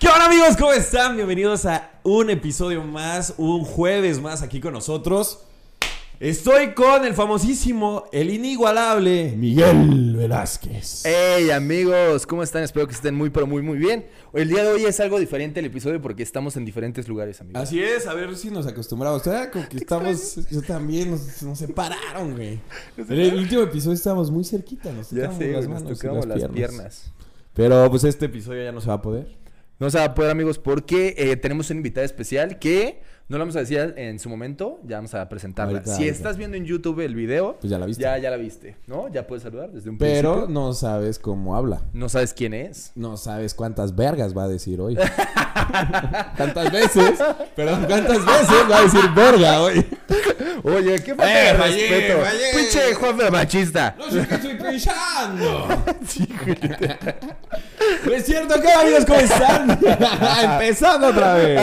¿Qué onda amigos? ¿Cómo están? Bienvenidos a un episodio más, un jueves más aquí con nosotros. Estoy con el famosísimo, el inigualable Miguel Velázquez. Hey amigos, ¿cómo están? Espero que estén muy pero muy muy bien. El día de hoy es algo diferente el episodio porque estamos en diferentes lugares, amigos. Así es, a ver si nos acostumbramos. Ah, como que estamos, yo también, nos, nos separaron, güey. En el último episodio estábamos muy cerquita, nos Ya tocamos sé, las nos manos y tocamos las, las, piernas. piernas. Pero pues este episodio ya no se va a poder. No se va a poder, amigos, porque eh, tenemos un invitado especial que no lo vamos a decir en su momento, ya vamos a presentarla. Ahorita, si ahorita. estás viendo en YouTube el video, Pues ya la viste. ya, ya la viste, ¿no? Ya puedes saludar desde un Pero principio. no sabes cómo habla. No sabes quién es. No sabes cuántas vergas va a decir hoy. ¿Cuántas veces? Perdón, ¿cuántas veces va a decir verga hoy? Oye, qué falta Eh, de fallé, respeto. fallé. Pinche Juan Machista. No sé qué estoy pensando. Sí, güey. No es cierto, ¿qué amigos? ¿Cómo están? Empezando otra vez.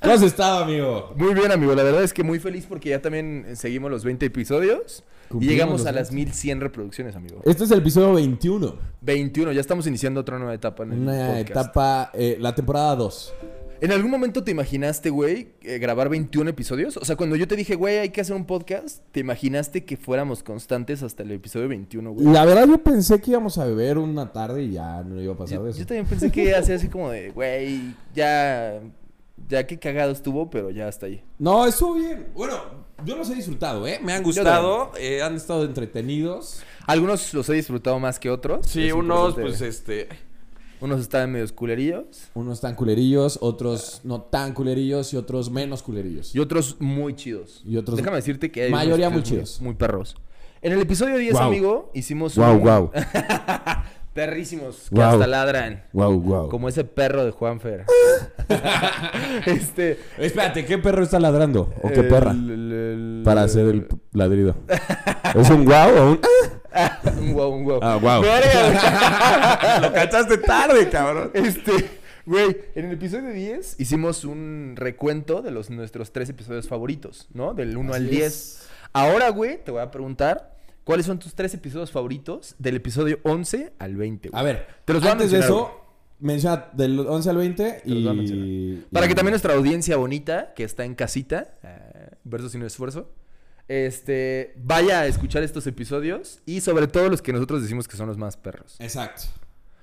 ¿Cómo has estado, amigo? Muy bien, amigo. La verdad es que muy feliz porque ya también seguimos los 20 episodios. Y Cumplimos llegamos los a las 1100 reproducciones, amigo. Este es el episodio 21. 21. Ya estamos iniciando otra nueva etapa en el Una podcast. etapa, eh, la temporada 2. ¿En algún momento te imaginaste, güey, eh, grabar 21 episodios? O sea, cuando yo te dije, güey, hay que hacer un podcast, ¿te imaginaste que fuéramos constantes hasta el episodio 21, güey? La verdad, yo pensé que íbamos a beber una tarde y ya no iba a pasar Yo, de eso. yo también pensé que hacía así como de, güey, ya... Ya que cagado estuvo, pero ya hasta ahí. No, estuvo bien. Bueno, yo los he disfrutado, ¿eh? Me han gustado, eh, han estado entretenidos. Algunos los he disfrutado más que otros. Sí, Es unos, importante. pues este. Unos estaban medio culerillos. Unos tan culerillos, otros no tan culerillos y otros menos culerillos. Y otros muy chidos. Y otros- Déjame decirte que hay Mayoría muy unos que son chidos. Muy perros. En el episodio 10, Guau. amigo, hicimos un- perrísimos que Guau. hasta ladran. Wow, wow. Como ese perro de Juanfer. este. Espérate, ¿qué perro está ladrando? ¿O qué el- perra? el- Para hacer eh, el p- ladrido. ¿Es un guau o un.? Un guau, un guau. Ah, guau. Verga, güey. Lo cachaste tarde, cabrón. este. Güey, en el episodio 10 hicimos un recuento de los, nuestros tres episodios favoritos, ¿no? Del 1 al Así 10. es. Ahora, güey, te voy a preguntar cuáles son tus tres episodios favoritos del episodio 11 al 20. güey? A ver, Te los voy a antes de mencionar, eso, menciona del 11 al 20 los y. voy a mencionar. Para que también nuestra audiencia bonita, que está en casita, eh, verso sin esfuerzo, este, vaya a escuchar estos episodios y sobre todo los que nosotros decimos que son los más perros. Exacto.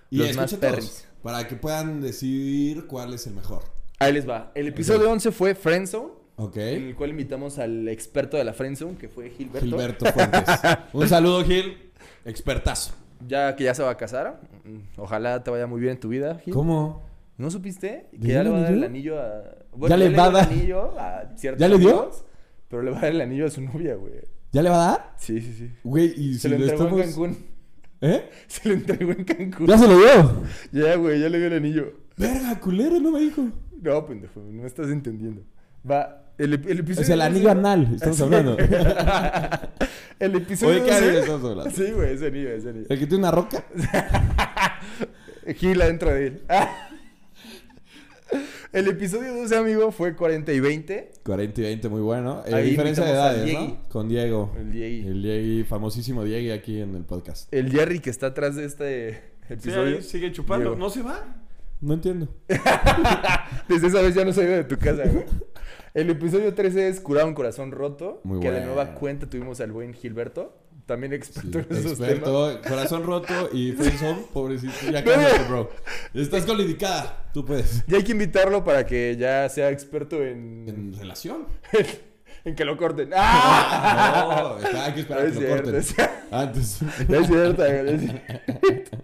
Y Los más escuchen todos, perris. Para que puedan decidir cuál es el mejor. Ahí les va. El episodio 11 fue Friendzone, Ok. en el cual invitamos al experto de la Friendzone, que fue Gilberto. Gilberto Fuentes. Un saludo, Gil. Expertazo. Ya que ya se va a casar. mm, Ojalá te vaya muy bien en tu vida, Gil. ¿Cómo? ¿No supiste? ¿Le Que dio ya el le va a dar el anillo a. Bueno, ¿Ya le va a dio el dar? anillo a ciertos ¿Ya le dio? amigos, pero le va a dar el anillo a su novia, güey. ¿Ya le va a dar? Sí, sí, sí. Güey, y Se si lo lo entregó estamos... en Cancún. ¿Eh? Se lo entregó en Cancún. ¿Ya se lo dio? Ya, güey, ya le dio el anillo. Verga, culero, no me dijo. No, pendejo, no me estás entendiendo. Va, el, ep- el episodio. O sea, el anillo anal, estamos hablando. ¿El el episodio. Oye, ¿qué doce- anillo estamos hablando? Sí, güey, ese anillo, ese anillo. que tiene una roca? Gila dentro de él. El episodio 12, amigo, fue 40 y 20. 40 y 20, muy bueno. Eh, Ahí diferencia de invitamos a edades, Diegui. ¿no? Con Diego. El Diegui. El Diegui, famosísimo Diegui aquí en el podcast. El Jerry que está atrás de este episodio. sigue chupando. Diego. ¿No se va? No entiendo. Desde esa vez ya no salí de tu casa, güey. El episodio 13 es Curado un corazón roto. Muy que de bueno. nueva cuenta tuvimos al buen Gilberto. También Sí, experto en esos temas. experto, corazón roto y friendzone, pobrecito. Ya cámbiate, bro. Estás con la indicada. Tú puedes. Y hay que invitarlo para que ya sea experto en. En relación. en, que lo corten. ¡Ah! No, está- hay que esperar a No que es lo cierto, corten. es cierto. Antes. No es cierto, güey, es cierto.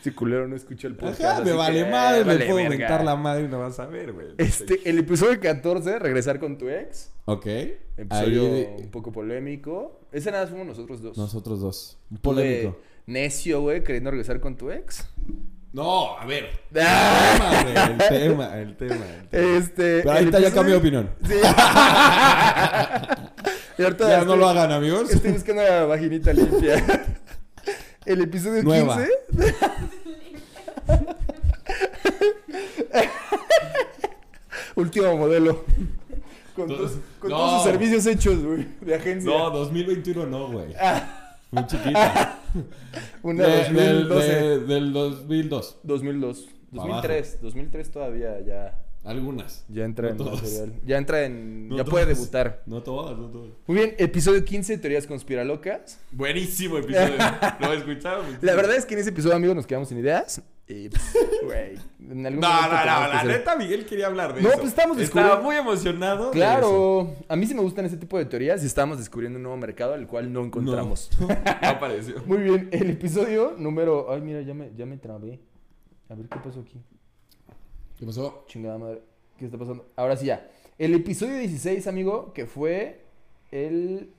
Ese culero no escucha el podcast. Ajá, me así vale que, madre, vale me puedo verga. inventar la madre y no vas a ver, güey. Este, el episodio 14, regresar con tu ex. Ok. Episodio un Ahí poco polémico. Ese nada más fuimos nosotros dos. nosotros dos. Un Tú de Polémico. Necio, güey, queriendo regresar con tu ex. No, a ver. Ah, El tema, güey, el tema, el tema. el tema. Este. Pero el ahorita ya episodio- cambié de opinión. Sí. Y ahorita Ya estoy- no lo hagan, amigos. Estoy buscando la vaginita limpia. El episodio Nueva. 15. Último modelo. Con, Dos- tus- con No. todos sus servicios hechos, güey, de agencia. No, 2021 no, güey. Ah. Muy chiquita. Una De- 2012. Del, de- del 2002. 2002. Pa' 2003. 2003 todavía ya. Algunas. Ya entra No en todas. material. Ya entra en. No ya puede todas. debutar. No todas, no todas. Muy bien, episodio 15 de Teorías Conspiralocas. Buenísimo episodio. Lo escuchamos. La verdad es que en ese episodio, amigos, nos quedamos sin ideas. Y, pues, güey. En algún No, no, momento no, tenemos que la hacer- neta Miguel quería hablar de No, eso. pues estamos Estaba descubriendo- muy emocionado. de eso. Claro, a mí sí me gustan ese tipo de teorías y estábamos descubriendo un nuevo mercado al cual no encontramos. No, no apareció. Muy bien, el episodio número. Ay, mira, ya me, ya me trabé. A ver qué pasó aquí. ¿Qué pasó? Chingada madre. ¿Qué está pasando? Ahora sí ya. El episodio 16, amigo, que fue el.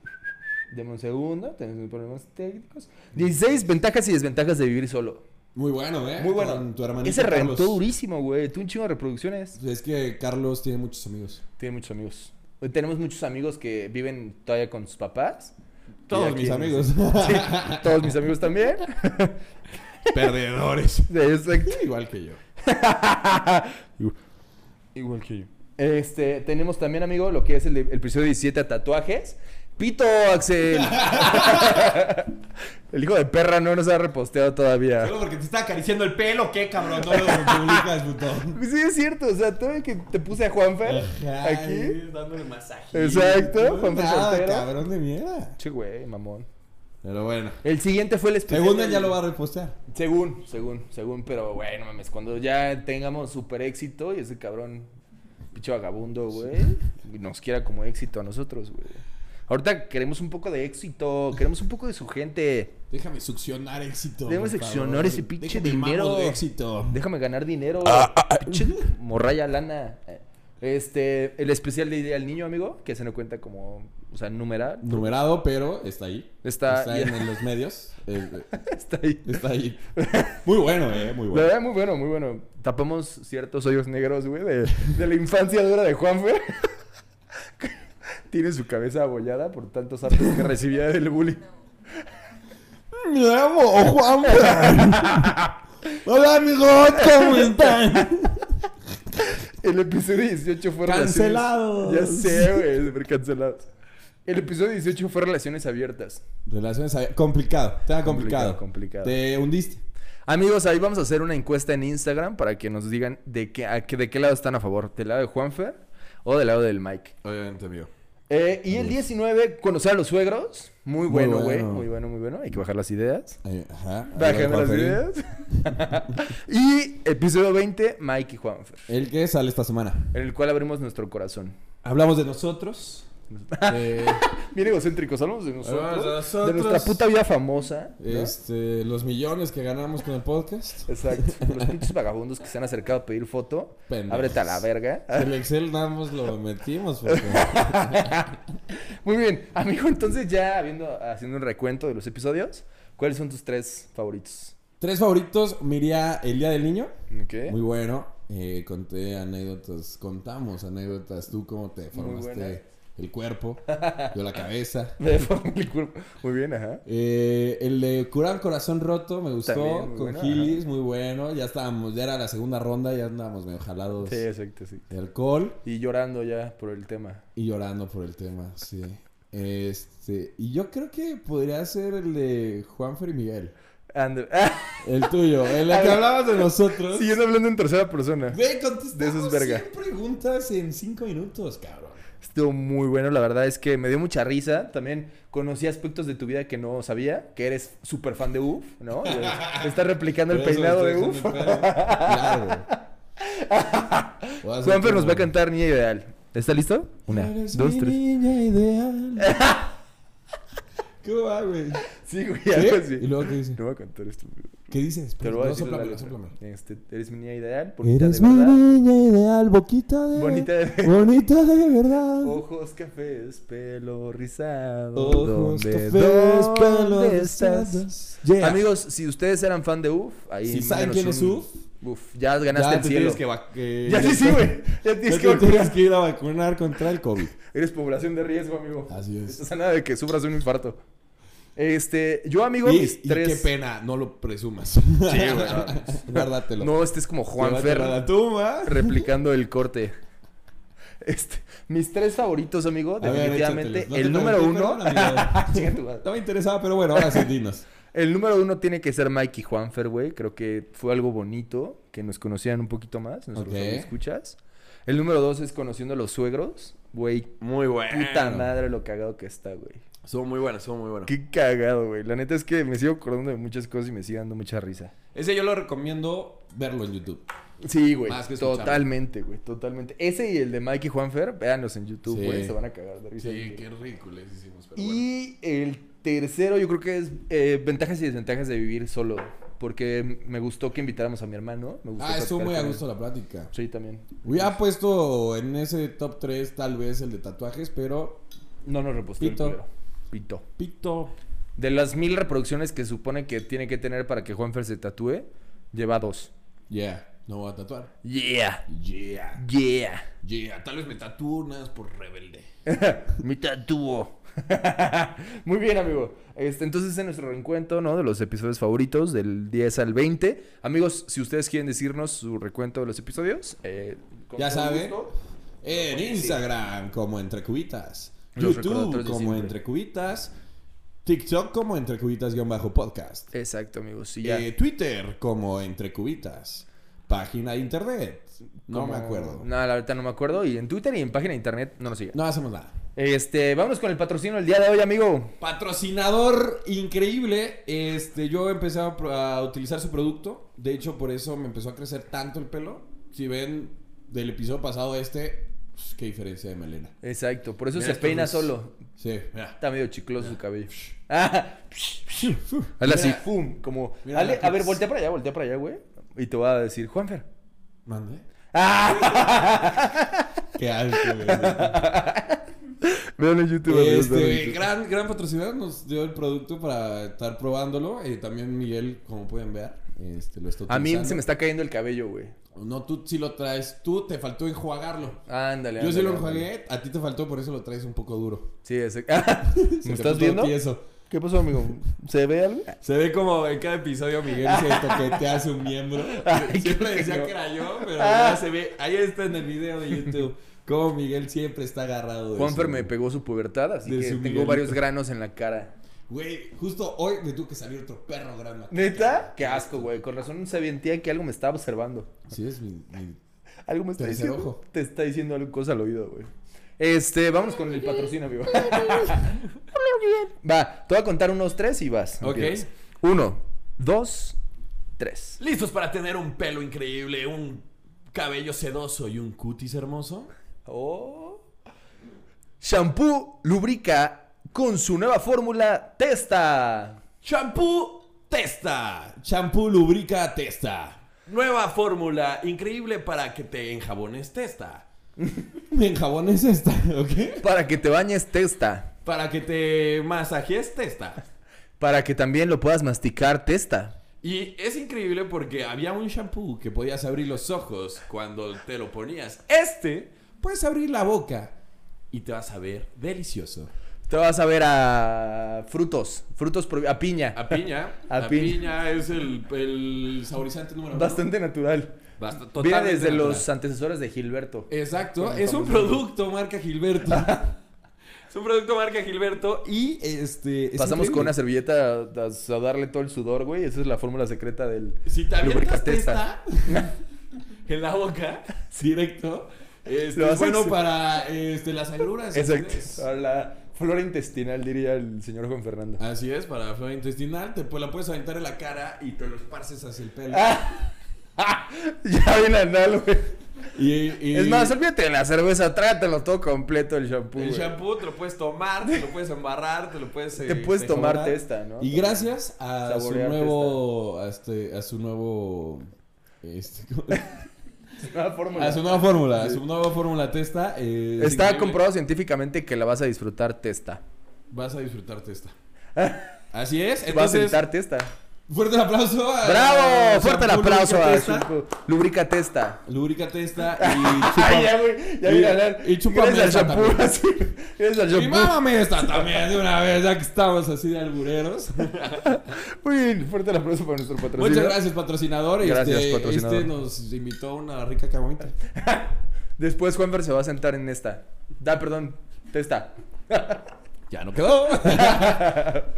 Deme un segundo, tenemos problemas técnicos. 16 ventajas y desventajas de vivir solo. Muy bueno, ¿eh? Muy bueno. Con tu hermanito Ese Carlos. rentó durísimo, güey. Tú un chingo de reproducciones. Es que Carlos tiene muchos amigos. Tiene muchos amigos. Hoy Tenemos muchos amigos que viven todavía con sus papás. Y Todos aquí- mis amigos. Sí, todos mis amigos también. Perdedores. Sí, Exacto. Igual que yo. Igual que yo. Este, tenemos también, amigo, lo que es el, el episodio 17 a tatuajes. Pito, Axel. el hijo de perra no nos ha reposteado todavía. Solo porque te está acariciando el pelo, ¿qué, cabrón? No lo publicas, puto. Pues Sí, es cierto. O sea, todo el que te puse a Juanfer Ajá, aquí. ahí, Dándole masaje. Exacto, No, Juan nada, Ferrantero. cabrón de mierda. Che, güey, mamón. Pero bueno. El siguiente fue el especial. Segunda del- ya lo va a repostear. Según, según, según, pero güey, no mames, cuando ya tengamos super éxito y ese cabrón, pinche vagabundo, güey, nos quiera como éxito a nosotros, güey. Ahorita queremos un poco de éxito, queremos un poco de su gente. Déjame succionar éxito. Déjame por favor. succionar ese pinche Déjame dinero. mamo de éxito. Déjame ganar dinero. Ah, Pinche Morraya lana. Este, el especial de Día del Niño, amigo, que se nos cuenta como, o sea, numeral. Numerado, pero está ahí. Está- está en, en los medios. Eh, eh, Está ahí. está ahí. Muy bueno, eh. Muy La bueno. verdad, muy bueno, muy bueno. Tapamos ciertos hoyos negros, güey, de, de la infancia dura de Juanfer. Tiene su cabeza abollada por tantos artes que recibía del bullying. Me amo, Juan. Hola, amigos. ¿Cómo están? El episodio 18 fue relaciones- Cancelados. Ya sé, güey, súper cancelados. El episodio 18 fue relaciones abiertas. Relaciones abier- complicado. Tema complicado. Complicado, complicado. Te hundiste. Amigos, ahí vamos a hacer una encuesta en Instagram para que nos digan de qué, a qué- de qué lado están a favor. ¿Del lado de Juanfer o del lado del Mike? Obviamente, amigo. Eh, y el 19, conocer a los suegros. Muy Muy bueno, güey. bueno. Muy bueno, muy bueno. Hay que bajar las ideas. Ahí, Ajá. ahí Bájame va las Juanferín. ideas. y episodio 20, Mike y Juanfer. El que sale esta semana. En el cual abrimos nuestro corazón. Hablamos de nosotros. de- Bien egocéntricos, hablamos de Hablamos nosotros. de nosotros. De nuestra puta vida famosa. ¿no? este, los millones que ganamos con el podcast. Exacto. Los pinches vagabundos que se han acercado a pedir foto. Pendejos. Ábrete a la verga. El Excel nada más lo metimos. Porque... Muy bien. Amigo, entonces ya habiendo, haciendo un recuento de los episodios, ¿cuáles son tus tres favoritos? Tres favoritos, miría El Día del Niño. Ok. Muy bueno. Eh, conté anécdotas, contamos anécdotas. Tú cómo te buena. formaste el cuerpo, yo la cabeza. Me deformé el cuerpo. Muy bien, ajá. Eh, el de Curar Corazón Roto me gustó. También muy con bueno, Gilis, muy bueno. Ya estábamos, ya era la segunda ronda, ya andábamos medio jalados Sí, exacto, sí. de alcohol Y llorando ya por el tema. y llorando por el tema, sí. Este, y yo creo que podría ser el de Juanfer y Miguel. Ander. El tuyo, el A que ver. hablabas de nosotros. Siguiendo hablando en tercera persona. Güey, contestamos De esos verga. 100 preguntas en 5 minutos, cabrón. Estuvo muy bueno, la verdad es que me dio mucha risa. También conocí aspectos de tu vida que no sabía, que eres súper fan de UF, ¿no? Estás replicando el Por eso peinado ¿eh? me de estoy UF. echando el pelo. Claro. Voy a hacer Juanfer nos va como- a cantar Niña Ideal. ¿Está listo? Una, Eres dos, mi tres. niña ideal. ¿Qué va, güey? Sí, güey, ¿Qué? algo así. ¿Y luego qué dice? No voy a cantar esto. ¿Qué dices? Te lo voy a No, decir. la sóplamelo, letra. sóplamelo. Este, eres mi niña ideal, bonita Eres de mi verdad. niña ideal, boquita de... Bonita de- Bonita de verdad. Ojos cafés, pelo rizado. Ojos ¿dónde- cafés, dónde pelos estás? rizados. Yeah. Amigos, si ustedes eran fan de UF, ahí. Si saben mándenos quién es un- UF, Uf, ya ya ganaste te el tienes cielo. que va- que- Ya sí, sí, güey. Ya Ya tienes te que vacunar. tienes que ir a vacunar contra el COVID. Eres población de riesgo, amigo. Así Ah, es. Estás a nada de que sufras un infarto. Este, yo, amigo, Y, mis y tres. qué pena, no lo presumas. Sí, güey, no, no. Guárdatelo. No, este es como Juan Llévatelo a Fer la tumba. replicando el corte. Este, mis tres favoritos, amigo, A ver, definitivamente. échatelos. No te el número pregunté, uno. Ah, perdón, amigo. Chinga tu madre. Estaba interesada, pero bueno, ahora sí, dinos. El número uno tiene que ser Mikey Juanfer, güey. Creo que fue algo bonito que nos conocieran un poquito más. Nosotros Ok. escuchas. El número dos es conociendo a los suegros. Güey, Muy bueno. puta madre lo cagado que está, güey. Son muy buenos, son muy buenos. Qué cagado, güey. La neta es que me sigo acordando de muchas cosas y me sigue dando mucha risa. Ese yo lo recomiendo verlo en YouTube. Sí, güey. Más que escucharlo. Totalmente, güey. Totalmente. Ese y el de Mikey Juanfer, véanlos en YouTube, Sí. güey. Se van a cagar de risa. Sí, qué ridículo hicimos, pero bueno. Y el tercero, yo creo que es eh, ventajas y desventajas de vivir solo. Porque me gustó que invitáramos a mi hermano. Me gustó Ah, estuvo platicar muy a con él. gusto la plática. Sí, también. Hubiera puesto en ese top 3 tal vez el de tatuajes, pero No nos repostó el Pito. culero. Pito. pito. De las mil reproducciones que supone que tiene que tener para que Juanfer se tatúe, lleva dos. Yeah, no voy a tatuar. Yeah. Yeah, Yeah. yeah. Tal vez me tatúo nada más por rebelde. Mi tatúo. Muy bien, amigo. Este, entonces, en nuestro reencuentro, ¿no? De los episodios favoritos, del 10 al 20. Amigos, si ustedes quieren decirnos su recuento de los episodios, eh, con Ya todo sabe. gusto. En Instagram como Entre Cubitas. Los YouTube recordatorios de como siempre. Entre Cubitas. TikTok como Entre Cubitas-podcast. Exacto, amigos. Y ya. Eh, Twitter como Entre Cubitas. Página de internet. No Como- me acuerdo. No, la verdad no me acuerdo. Y en Twitter y en página de internet no nos sigan. No hacemos nada. Este, vámonos con el patrocinio del día de hoy, amigo. Patrocinador increíble. Este, yo empecé a, pro- a utilizar su producto. De hecho, por eso me empezó a crecer tanto el pelo. Si ven del episodio pasado a este, pues, qué diferencia de melena. Exacto, por eso Mira se estos peina dos. solo. Sí, mira. Está medio chicloso su cabello. Ah, hazle Mira, así, pum, como. Mira, Ale, la a ver, pizza. voltea para allá, voltea para allá, güey. Y te voy a decir, Juanfer. Mande. Ah. Qué alto, güey. Vean en YouTube. amigos, vean en Este, YouTube. gran, gran patrocinador nos dio el producto para estar probándolo. Eh, también Miguel, como pueden ver, este, lo está A mí utilizando. se me está cayendo el cabello, güey. No, tú sí lo traes. Tú te faltó enjuagarlo. Ándale. Yo sí ándale, lo ándale. enjuagué, a ti te faltó, por eso lo traes un poco duro. Sí, ese. Se ¿Me te estás puso viendo? tieso. ¿Qué pasó, amigo? ¿Se ve algo? Se ve como en cada episodio, Miguel. Miguel se toquetea su miembro. Ay, Ah. siempre creo que decía no. que era yo, pero ya se ve. Ahí está en el video de YouTube. Como Miguel siempre está agarrado. de Juanfer su- me pegó su pubertad, así De que su tengo Miguelito. varios granos en la cara. Güey, justo hoy me tuvo que salir otro perro grande. ¿Neta? Qué asco, güey. Con razón se sentía que algo me estaba observando. Sí, es mi- mi Algo me está Tercer diciendo. ojo. Te está diciendo algo cosa al oído, güey. Este, vamos con el patrocinio, amigo. Va, te voy a contar unos tres y vas. Ok. Empiezas. Uno, dos, tres. ¿Listos para tener un pelo increíble, un cabello sedoso y un cutis hermoso? Oh. Shampoo lubrica con su nueva fórmula Testa. Shampoo Testa. Champú lubrica testa. Nueva fórmula increíble para que te enjabones testa. En jabón es esta, ¿ok? Para que te bañes Testa. Para que te masajes testa. Para que también lo puedas masticar Testa. Y es increíble porque había un shampoo que podías abrir los ojos cuando te lo ponías. Este Puedes abrir la boca. y te vas a ver delicioso. Te vas a ver a frutos, frutos pro- a piña. A piña. A a piña. piña. es el, el sabor. Saborizante número uno. Bastante natural. Basta- Viene totalmente desde natural. los antecesores de Gilberto. Exacto, es un producto marca Gilberto. Es un producto marca Gilberto y Este, es Pasamos increíble. con una servilleta a, a- a darle todo el sudor, güey. Esa es la fórmula secreta del si te avientas lubricatesta. testa en la boca, directo. Este, Lo es haces- bueno para este, las agruras. así Exacto. es. A la flora intestinal, diría el señor Juan Fernando. Así es, para la flora intestinal. Te pues, la puedes aventar en la cara y te lo esparces hacia el Ah, pelo. ya viene anal, güey. Y, y- Es más, olvídate de la cerveza, trágatelo todo completo el shampoo. el güey. shampoo te lo puedes tomar, te lo puedes embarrar, te lo puedes. Te puedes tomar ahora- testa, ¿no? eh, Y gracias a su Saborear nuevo. A, este- a su nuevo. Este, ¿cómo- Es una fórmula. A su nueva fórmula, a su nueva fórmula testa. eh, es Está increíble. comprobado científicamente que la vas a disfrutar testa. Vas a disfrutar testa. Así es. vas a Entonces, sentar testa. fuerte el aplauso. a- ¡Bravo! a Fuerte el Shampoo aplauso Lubrica a Testa. Shampoo. Lubrica Testa. Lubrica testa y Ay, ya, chupa. güey. Ya Y- viene a hablar. y chúpame Gracias al esta shampoo. también. Así. Gracias al y shampoo. mámame esta también de una vez, ya que estamos así de albureros. Muy bien. Fuerte el aplauso para nuestro patrocinador. Muchas gracias, patrocinador. Gracias, este, patrocinador. Este nos invitó a una rica camomita. Después Juanfer se va a sentar en esta. Da, perdón, testa. Ya no quedó.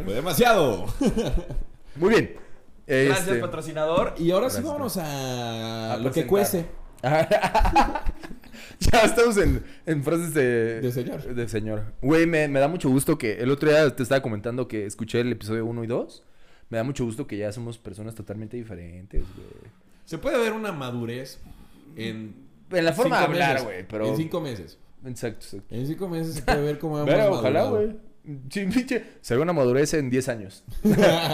Fue demasiado. Muy bien. Gracias, Este, patrocinador. Y ahora sí Gracias. vámonos a, A lo que presentar. cuece. ya estamos en, en frases de... De señor. De señor. Güey, me, me da mucho gusto que... El otro día te estaba comentando que escuché el episodio 1 y 2. Me da mucho gusto que ya somos personas totalmente diferentes, güey. Se puede ver una madurez en. En la forma de cinco hablar, meses. güey, pero... En cinco meses. Exacto, exacto. En cinco meses se puede ver cómo hemos Pero ojalá, madurado. güey. Sí, pinche. Se ve una madurez en 10 años.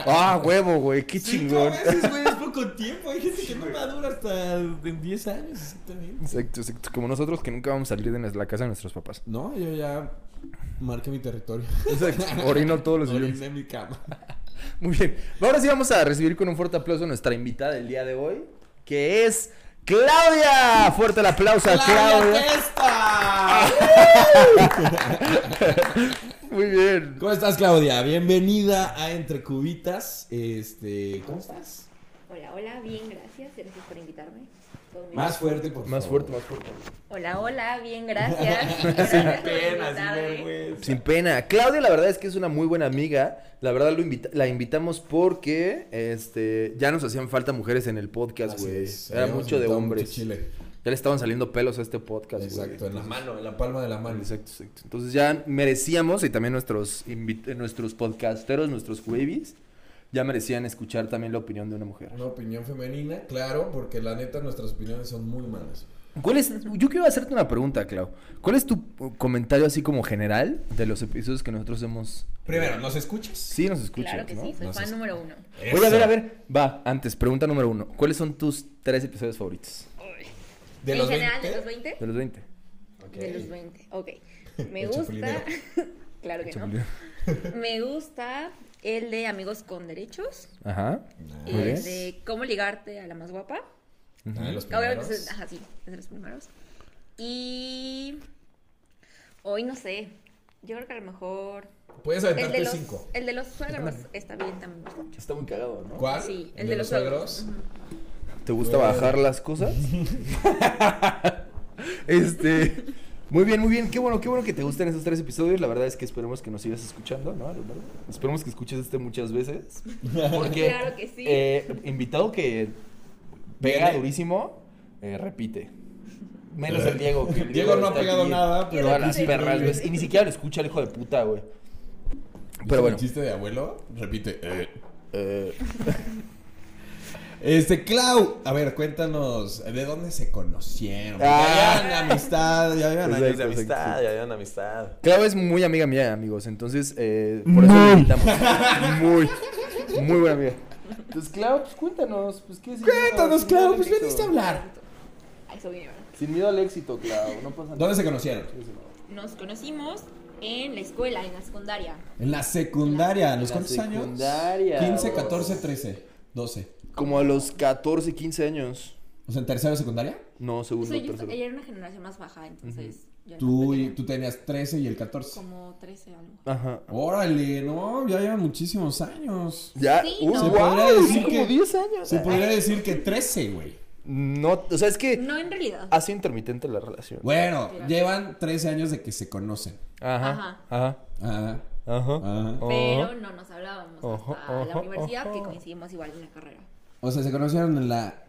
ah, huevo, güey. Qué Cinco chingón. meses, güey, es poco tiempo. Hay gente que no madura hasta en 10 años, exactamente. Exacto, exacto. Como nosotros que nunca vamos a salir de nues- la casa de nuestros papás. No, yo ya marqué mi territorio. Exacto. Orino todos los días. Oriné en mi cama. Muy bien. Ahora sí vamos a recibir con un fuerte aplauso a nuestra invitada del día de hoy, que es Claudia. Fuerte el aplauso a ¡Claudia Claudia. Testa! Muy bien. ¿Cómo estás, Claudia? Bienvenida a Entre Cubitas. Este, ¿cómo estás? Hola, hola, bien, gracias. Gracias por invitarme. Todo muy Más fuerte, por favor. Más fuerte, más fuerte. bien. Hola, hola, bien, gracias. Gracias por invitarme. Sin pena. Claudia, la verdad es que es una muy buena amiga. La verdad lo invita- la invitamos porque este ya nos hacían falta mujeres en el podcast, Así güey. es. Era Habíamos mucho de invitado hombres. mucho chile. Ya le estaban saliendo pelos a este podcast, güey. Exacto, en la mano, en la palma de la mano. Exacto, exacto. Entonces ya merecíamos, y también nuestros, invi- eh, nuestros podcasteros, nuestros babies, ya merecían escuchar también la opinión de una mujer. Una opinión femenina, claro, porque la neta nuestras opiniones son muy malas. ¿Cuál es, yo quiero hacerte una pregunta, Clau. ¿Cuál es tu eh, comentario así como general de los episodios que nosotros hemos... Primero, ¿nos escuchas? Sí, nos escuchas, Claro que ¿no? sí, soy No fan sé. número uno. Oye, a ver, a ver. Va, antes, pregunta número uno. ¿Cuáles son tus tres episodios favoritos? De en los general, de 20? los 20. De los 20. De los 20, ok. Me El gusta. chapulinero. claro que no. Chapulín. Me gusta el de Amigos con Derechos. Ajá. y Muy El bien. de Cómo ligarte a la más guapa. Ah, de los Obviamente, primeros. es- ajá, sí, es de los primeros. Y. Hoy no sé. Yo creo que a lo mejor. Puedes El de aventarte los, cinco. el de los suegros está bien también. me gusta. Está muy cagado, ¿no? ¿Cuál? Sí, el de los suegros. ¿Te gusta Güey. bajar las cosas? este. Muy bien, muy bien. Qué bueno, qué bueno que te gusten esos tres episodios. La verdad es que esperemos que nos sigas escuchando, ¿no? Leonardo? Esperemos que escuches este muchas veces. Porque Claro que sí. eh, invitado que pega Viene. Eh, durísimo, eh, repite. Menos el Diego. Que el Diego no ha está pegado aquí nada, pero Diego Todas las sí. perras, güey. Y ni siquiera lo escucha el hijo de puta, güey. Pero ¿Viste El bueno. chiste de abuelo, repite. eh, eh. Este, Clau, a ver, cuéntanos, ¿de dónde se conocieron? Ah. Ya habían amistad, ya habían años de Exacto, exacto, amistad, exacto. ya habían amistad. Clau es muy amiga mía, amigos. Entonces, eh, por eso la invitamos. Muy, muy buena amiga. Entonces, Clau, pues cuéntanos. Pues, ¿qué es Cuéntanos, Sin miedo Clau, al pues éxito. veniste a hablar. A eso vine, ¿verdad? Sin miedo al éxito, Clau. No pasa nada. ¿Dónde se conocieron? Nos conocimos en la escuela, en la secundaria. En la secundaria, ¿a los La cuántos años? secundaria, 15, bro. 14, 13, 12. Como a los 14, 15 años. O sea, en tercero de secundaria. No, O segundo, sea, yo- tercero. ella era una generación más baja, entonces. yo era Tú, más y, pequeña. tú tenías 13 y el 14. Como 13 a lo mejor. Ajá. Órale, no, ya llevan muchísimos años. Ya, Sí, uh, ¿no? Se guau, podría decir como que- Ah. 10 años. Se podría decir que 13, güey. No, o sea, es que No, en realidad. Ah. ha sido intermitente la relación. Bueno, llevan 13 años de que se conocen. Ajá. Ajá. Ah, Ajá. ah. Pero no nos hablábamos Ojo, hasta la ojo, universidad, que ojo. coincidimos igual en la carrera. O sea, se conocieron en la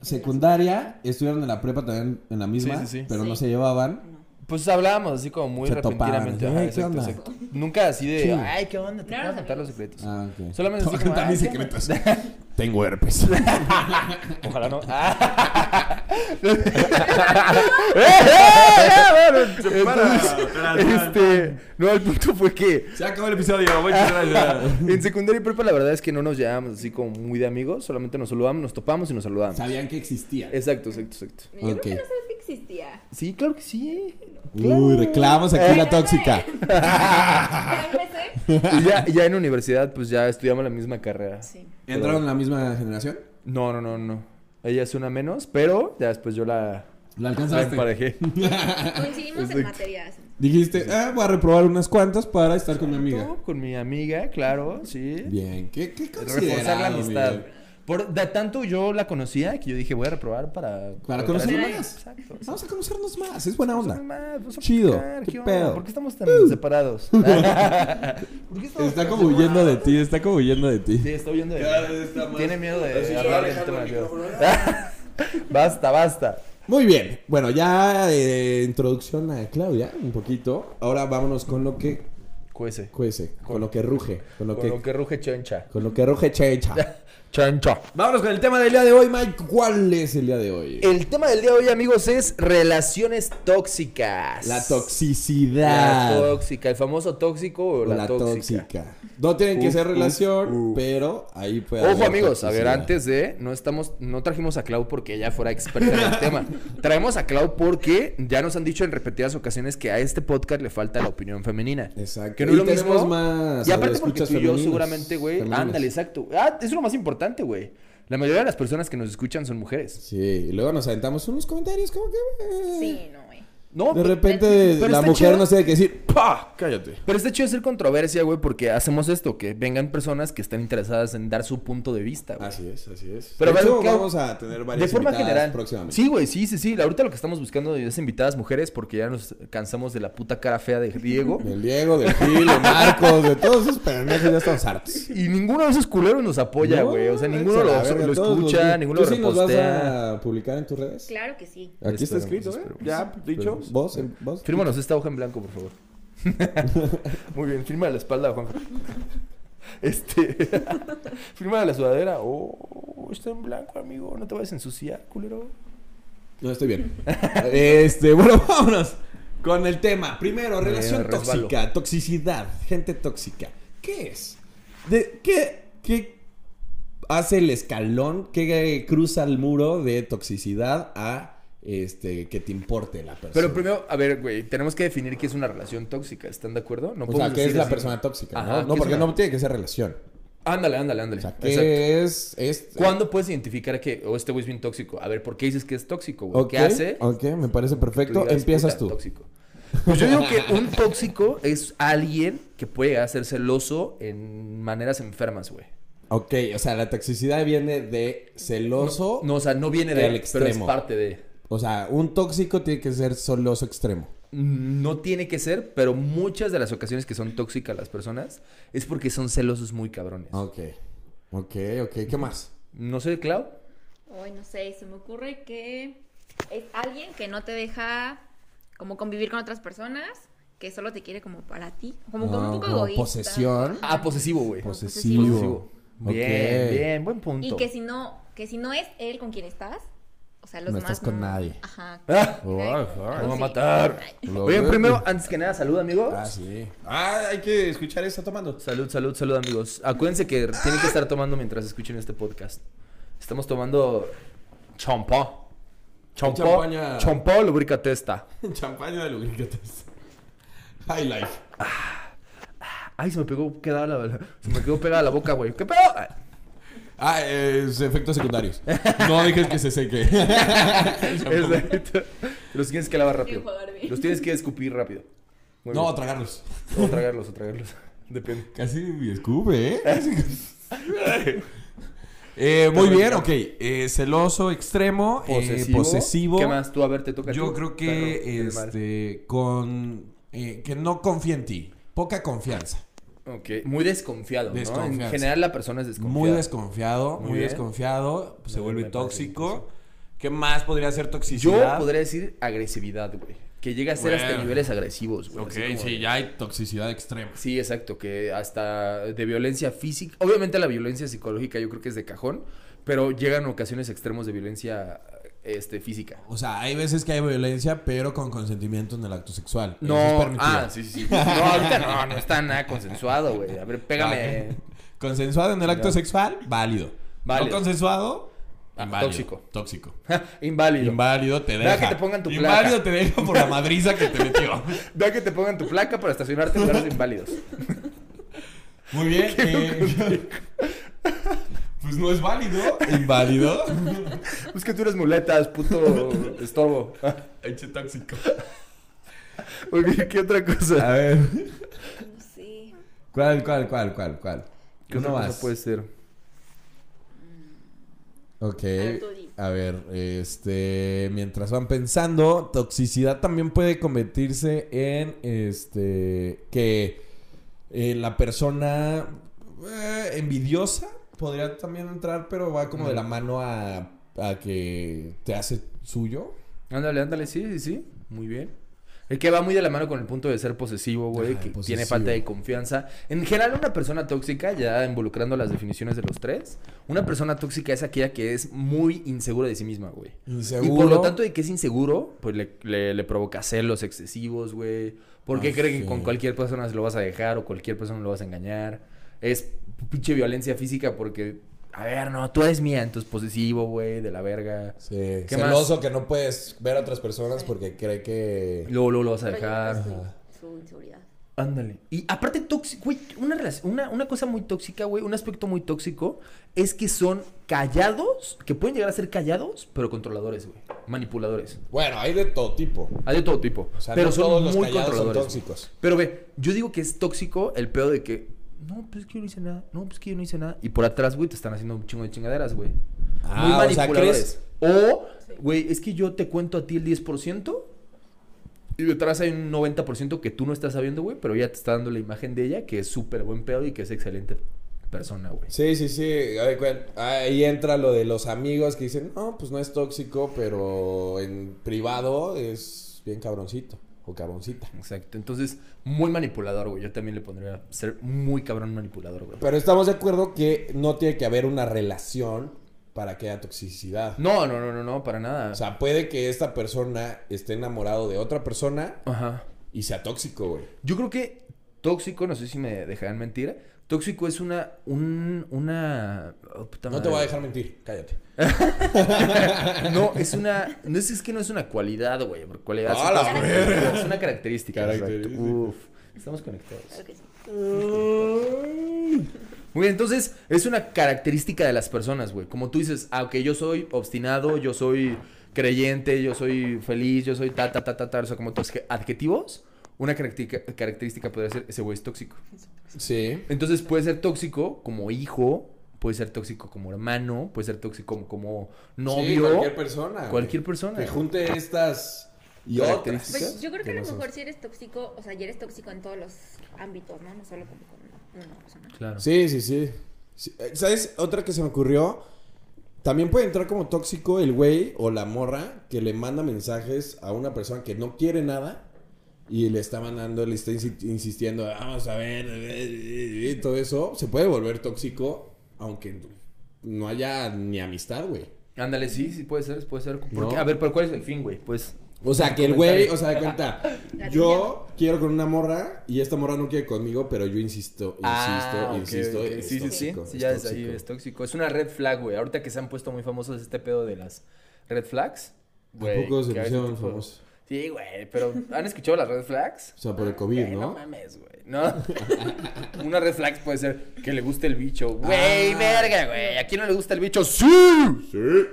secundaria, estuvieron en la prepa también en la misma, Sí, sí, sí. pero no Sí. se llevaban. No. Pues hablábamos así como muy Se repentinamente. topaban, Ajá, "Ey, ¿qué exacto, onda?" exacto. Nunca así de, Sí. ay, ¿qué onda? Te voy No a eran contar los amigos. secretos. Ah, ok. Solamente así Te voy a como, contar "Ay, mis ¿qué onda?" secretos. Tengo herpes. Ojalá no. Ah. Eh, eh, Entonces, este, no, el punto fue que Se acabó el episodio. Muchas Ah. gracias. en secundaria y prepa la verdad es que no nos llevábamos así como muy de amigos, solamente nos saludamos, nos topamos y nos saludamos. Sabían que existía. Exacto, exacto, exacto. Yo Ok. creo que no sabes que existía. Sí, claro que sí. ¿eh? Uy, reclamos aquí la tóxica. ¿Ya empecé? Y ya, ya en universidad pues ya estudiamos la misma carrera. Sí. ¿Entraron en la misma generación? No, no, no, no. Ella es una menos, pero ya después yo la, ¿La la alcanzaste? emparejé. Coincidimos en materias. Dijiste, ah, voy a reprobar unas cuantas para estar con mi amiga. Con mi amiga, claro, sí. Bien, ¿qué, qué Reforzar la considerado, amistad. Miguel? Por, de tanto yo la conocía que yo dije, voy a reprobar para... Para conocer otra vez. más. Exacto. Vamos a conocernos más, es buena onda. Más, vamos a Chido, platicar, qué ¿qué onda? pedo. Uh. ¿Por qué estamos tan separados? ¿Por qué estamos Está tan como huyendo de ti, está como huyendo de ti. Sí, está huyendo de Cada mí. vez está más- Tiene miedo de Así, hablar del alejando tema. el creo. basta, basta. Muy bien, bueno, ya eh, introducción a Claudia, un poquito. Ahora vámonos con lo que Cuece. cuece, con lo que ruge, con lo Con lo que, que ruge choncha. con lo que ruge checha. Choncha. Vámonos con el tema del día de hoy, Mike. ¿Cuál es el día de hoy? El tema del día de hoy, amigos, es relaciones tóxicas. La La toxicidad. tóxica, el famoso tóxico o O la, La tóxica. tóxica. No tienen que Uf, ser uf, relación, uf. pero ahí puede Ojo haber amigos, a ver, toxicidad. antes de, no estamos, no trajimos a Clau porque ella fuera experta en el tema. Traemos a Clau porque ya nos han dicho en repetidas ocasiones que a este podcast le falta la opinión femenina. Exacto. Que no Y es lo tenemos mismo. más y aparte porque escuchas tú y yo femeninos, seguramente, güey. femeninas. Ándale, exacto. Ah, eso es lo más importante, güey. La mayoría de las personas que nos escuchan son mujeres. Sí, y luego nos aventamos unos comentarios como que... eh, Sí, no, güey. No, De pe- repente pero la está mujer chido. no sé qué decir. ¡Pah! Cállate. Pero está chido hacer controversia, güey, porque hacemos esto, que vengan personas que están interesadas en dar su punto de vista, güey. Así es, así es. Pero De bueno, hecho, ¿qué hago? vamos a tener varias De forma invitadas general. próximamente. Sí, güey, sí, sí, sí. Ahorita lo que estamos buscando es invitadas mujeres porque ya nos cansamos de la puta cara fea de Diego. Del Diego, del Gil, de Marcos, de todos esos pendejos ya estamos hartos. y ninguno de esos culeros nos apoya, No, güey. o sea, vete ninguno a lo, la verga, lo todos escucha, los- ninguno ¿Tú lo sí nos vas repostea. a publicar en tus redes? Claro que sí. Aquí está Esperemos, escrito, ¿eh? esperemos. Ya, dicho. Vos, en- vos. Fírmanos esta hoja en blanco, por favor. Muy bien, firma la espalda, Juan. Este. firma la sudadera. Oh, está en blanco, amigo. No te vayas a ensuciar, culero. No, estoy bien. este, bueno, vámonos con el tema. Primero, relación resbalo. tóxica, toxicidad, gente tóxica. ¿Qué es? De, ¿qué, ¿Qué hace el escalón? ¿Qué cruza el muro de toxicidad a este que te importe la persona? Pero primero, a ver, güey, tenemos que definir qué es una relación tóxica. ¿Están de acuerdo? No o sea, podemos ¿qué es decir la así. persona tóxica? Ajá, no, no ¿qué es porque una- no tiene que ser relación. Ándale, ándale, ándale. O sea, ¿qué Exacto. es? es ¿Cuándo puedes identificar que oh, este güey es bien tóxico? A ver, ¿por qué dices que es tóxico, güey? Ok, ¿Qué hace? Ok, me parece Tú perfecto. digas, Empiezas puta, tú. Tóxico. Pues yo digo que un tóxico es alguien que puede llegar a ser celoso en maneras enfermas, güey. Ok, o sea, la toxicidad viene de celoso. No, o sea, no viene El de él, pero es extremo. parte de. O sea, un tóxico tiene que ser soloso extremo. No tiene que ser, pero muchas de las ocasiones que son tóxicas las personas es porque son celosos muy cabrones. Ok. Ok, ok. ¿Qué más? No sé, Clau. Hoy no sé, se me ocurre que es alguien que no te deja como convivir con otras personas, que solo te quiere como para ti, como, como Ah, un poco como egoísta. posesión. Ah, posesivo, güey. Posesivo. Posesivo. Bien, Ok. bien, buen punto. Y que si no, que si no es él con quien estás, o sea, los No demás estás con nadie. Ajá. Ah, Exacto. me va a Sí. matar. Lo Oye, veo. primero, antes que nada, salud, amigos. Ah, sí. Ah, hay que escuchar esto tomando. Salud, salud, salud, amigos. Acuérdense que tienen que estar tomando mientras escuchen este podcast. Estamos tomando champán. Champaña. Champán, champán, lubrica testa. Champaña de lubricantes. High life. Ay, se me pegó quedada la, se me quedó pegada la boca, güey. ¿Qué pedo? Ay, Ah, eh, efectos secundarios. No dejes que se seque. exacto. Los tienes que lavar rápido. Quiero jugar bien. Los tienes que escupir rápido. Muy no, bien. tragarlos. o tragarlos, o tragarlos. Depende. Casi me escupe, ¿eh? Eh, muy bien, ok. Eh, celoso, extremo, eh, posesivo. ¿Qué más? Tú a ver, te toca. a Yo ti, creo perro que del mar. este, con eh, que no confía en ti, poca confianza, Ok, muy desconfiado, ¿no? Desconfianza. En general la persona es desconfiada. muy desconfiado, Muy muy bien. desconfiado, se Me- vuelve me parece tóxico. ¿Qué más podría ser Yo toxicidad? podría decir agresividad, güey. Que llega a ser hasta Bueno. niveles agresivos, güey. Ok, así como sí, de- ya hay toxicidad extrema. Sí, exacto, que hasta de violencia física. Obviamente la violencia psicológica yo creo que es de cajón, pero llegan ocasiones extremos de violencia este, física. O sea, hay veces que hay violencia, pero con consentimiento en el acto sexual. Eso es No, permitido. ah, sí, sí, sí. No, ahorita no, no está nada consensuado, güey. A ver, pégame. Ah, Consensuado en el acto No. sexual, válido. Válido. No consensuado, Ah, inválido. tóxico. Tóxico. Inválido. Inválido te Deja deja. que te pongan tu placa. Inválido te deja por la madriza que te metió. Vea que te pongan tu placa para estacionarte en lugares de inválidos. Muy bien. eh, pues no es válido. Inválido. Es que tú eres muletas, puto estorbo. Eche tóxico. Muy bien, ¿qué otra cosa? A ver. No sé. ¿Cuál, cuál, cuál, cuál, cuál? ¿Qué Uno otra cosa más. puede ser? Ok. ver, tú di. A ver, este. Mientras van pensando, toxicidad también puede convertirse en este. que eh, la persona eh, envidiosa podría también entrar, pero va como de la mano a, a que te hace suyo. Ándale, ándale, sí, sí, sí. Muy bien. Es que va muy de la mano con el punto de ser posesivo, güey, Ajá, que posesivo. tiene falta de confianza. En general, una persona tóxica, ya involucrando las definiciones de los tres, una persona tóxica es aquella que es muy insegura de sí misma, güey. Inseguro. Y por lo tanto de que es inseguro, pues le, le- le provoca celos excesivos, güey. Porque Ah, cree que sí. con cualquier persona se lo vas a dejar o cualquier persona lo vas a engañar. Es pinche violencia física porque, a ver, no, tú eres mía, entonces posesivo, güey, de la verga. Sí, ¿Qué celoso que no puedes ver a otras personas porque cree que. Luego, luego lo vas a dejar. Proyecta su, su inseguridad. Ándale. Y aparte tóxico, güey, una, relac- una, una cosa muy tóxica, güey, un aspecto muy tóxico es que son callados, que pueden llegar a ser callados, pero controladores, güey. Manipuladores. Bueno, hay de todo tipo. Hay de todo tipo. O sea, pero no son todos muy los callados son controladores. tóxicos. Pero ve, yo digo que es tóxico el pedo de que, no, pues es que yo no hice nada, no, pues es que yo no hice nada. Y por atrás, güey, te están haciendo un chingo de chingaderas, güey. Ah, Muy o sea, manipuladores. O, güey, es que yo te cuento a ti el 10%. Y detrás hay un 90% que tú no estás sabiendo, güey, pero ella te está dando la imagen de ella, que es súper buen pedo y que es excelente persona, güey. Sí, sí, sí. Ay, cuen- Ahí entra lo de los amigos que dicen, no, pues no es tóxico, pero en privado es bien cabroncito o cabroncita. Exacto. Entonces, muy manipulador, güey. Yo también le pondría ser muy cabrón manipulador, güey. Pero estamos de acuerdo que no tiene que haber una relación para que haya toxicidad. No, no, no, no, no, para nada. O sea, puede que esta persona esté enamorado de otra persona Ajá. y sea tóxico, güey. Yo creo que tóxico, no sé si me dejarán mentir. Tóxico es una. Un, una. oh, puta No te madre. voy a dejar mentir, cállate. No, es una. No es, es que no es una cualidad, güey. porque Cualidad ¡A la es, una, es una característica. Característica. exacto. Uf. Estamos conectados. Claro que sí. Muy bien, entonces es una característica de las personas, güey. Como tú dices, ah, ok, yo soy obstinado, yo soy creyente, yo soy feliz, yo soy ta, ta, ta, ta, ta. O sea, como tus adjetivos, una característica, característica podría ser ese güey es tóxico. Sí. Entonces puede ser tóxico como hijo, puede ser tóxico como hermano, puede ser tóxico como, como novio. Sí, cualquier persona. güey. Cualquier persona. Que junte estas y otras. Características. Pues yo creo que a lo no son- mejor si eres tóxico, o sea, ya eres tóxico en todos los ámbitos, ¿no? No solo como con una persona. Claro. Sí, sí, sí. Sí, eh, ¿Sabes? Otra que se me ocurrió. También puede entrar como tóxico el güey o la morra que le manda mensajes a una persona que no quiere nada y le está mandando, le está insi- insistiendo, vamos a ver, eh, y todo eso. Se puede volver tóxico aunque no haya ni amistad, güey. Ándale, sí, sí, puede ser, puede ser. ¿Por No. qué? A ver, pero ¿cuál es el fin, güey? Pues. O sea, que el güey, o sea, de cuenta, La yo quiero con una morra y esta morra no quiere conmigo, pero yo insisto, insisto, Ah, ok, insisto. ok. es Sí, sí, sí. tóxico, Sí, es ya desde ahí este tóxico. es tóxico. Es una red flag, güey. Ahorita que se han puesto muy famosos este pedo de las red flags. güey, Tampoco se que a veces pusieron te puedo- famosos. Sí, güey, pero ¿han escuchado las red flags? O sea, por el COVID, Güey, ¿no? mames, güey. No. Una red flag puede ser que le guste el bicho. Güey, Ah. verga, güey. ¿A quién no le gusta el bicho? ¡Sí!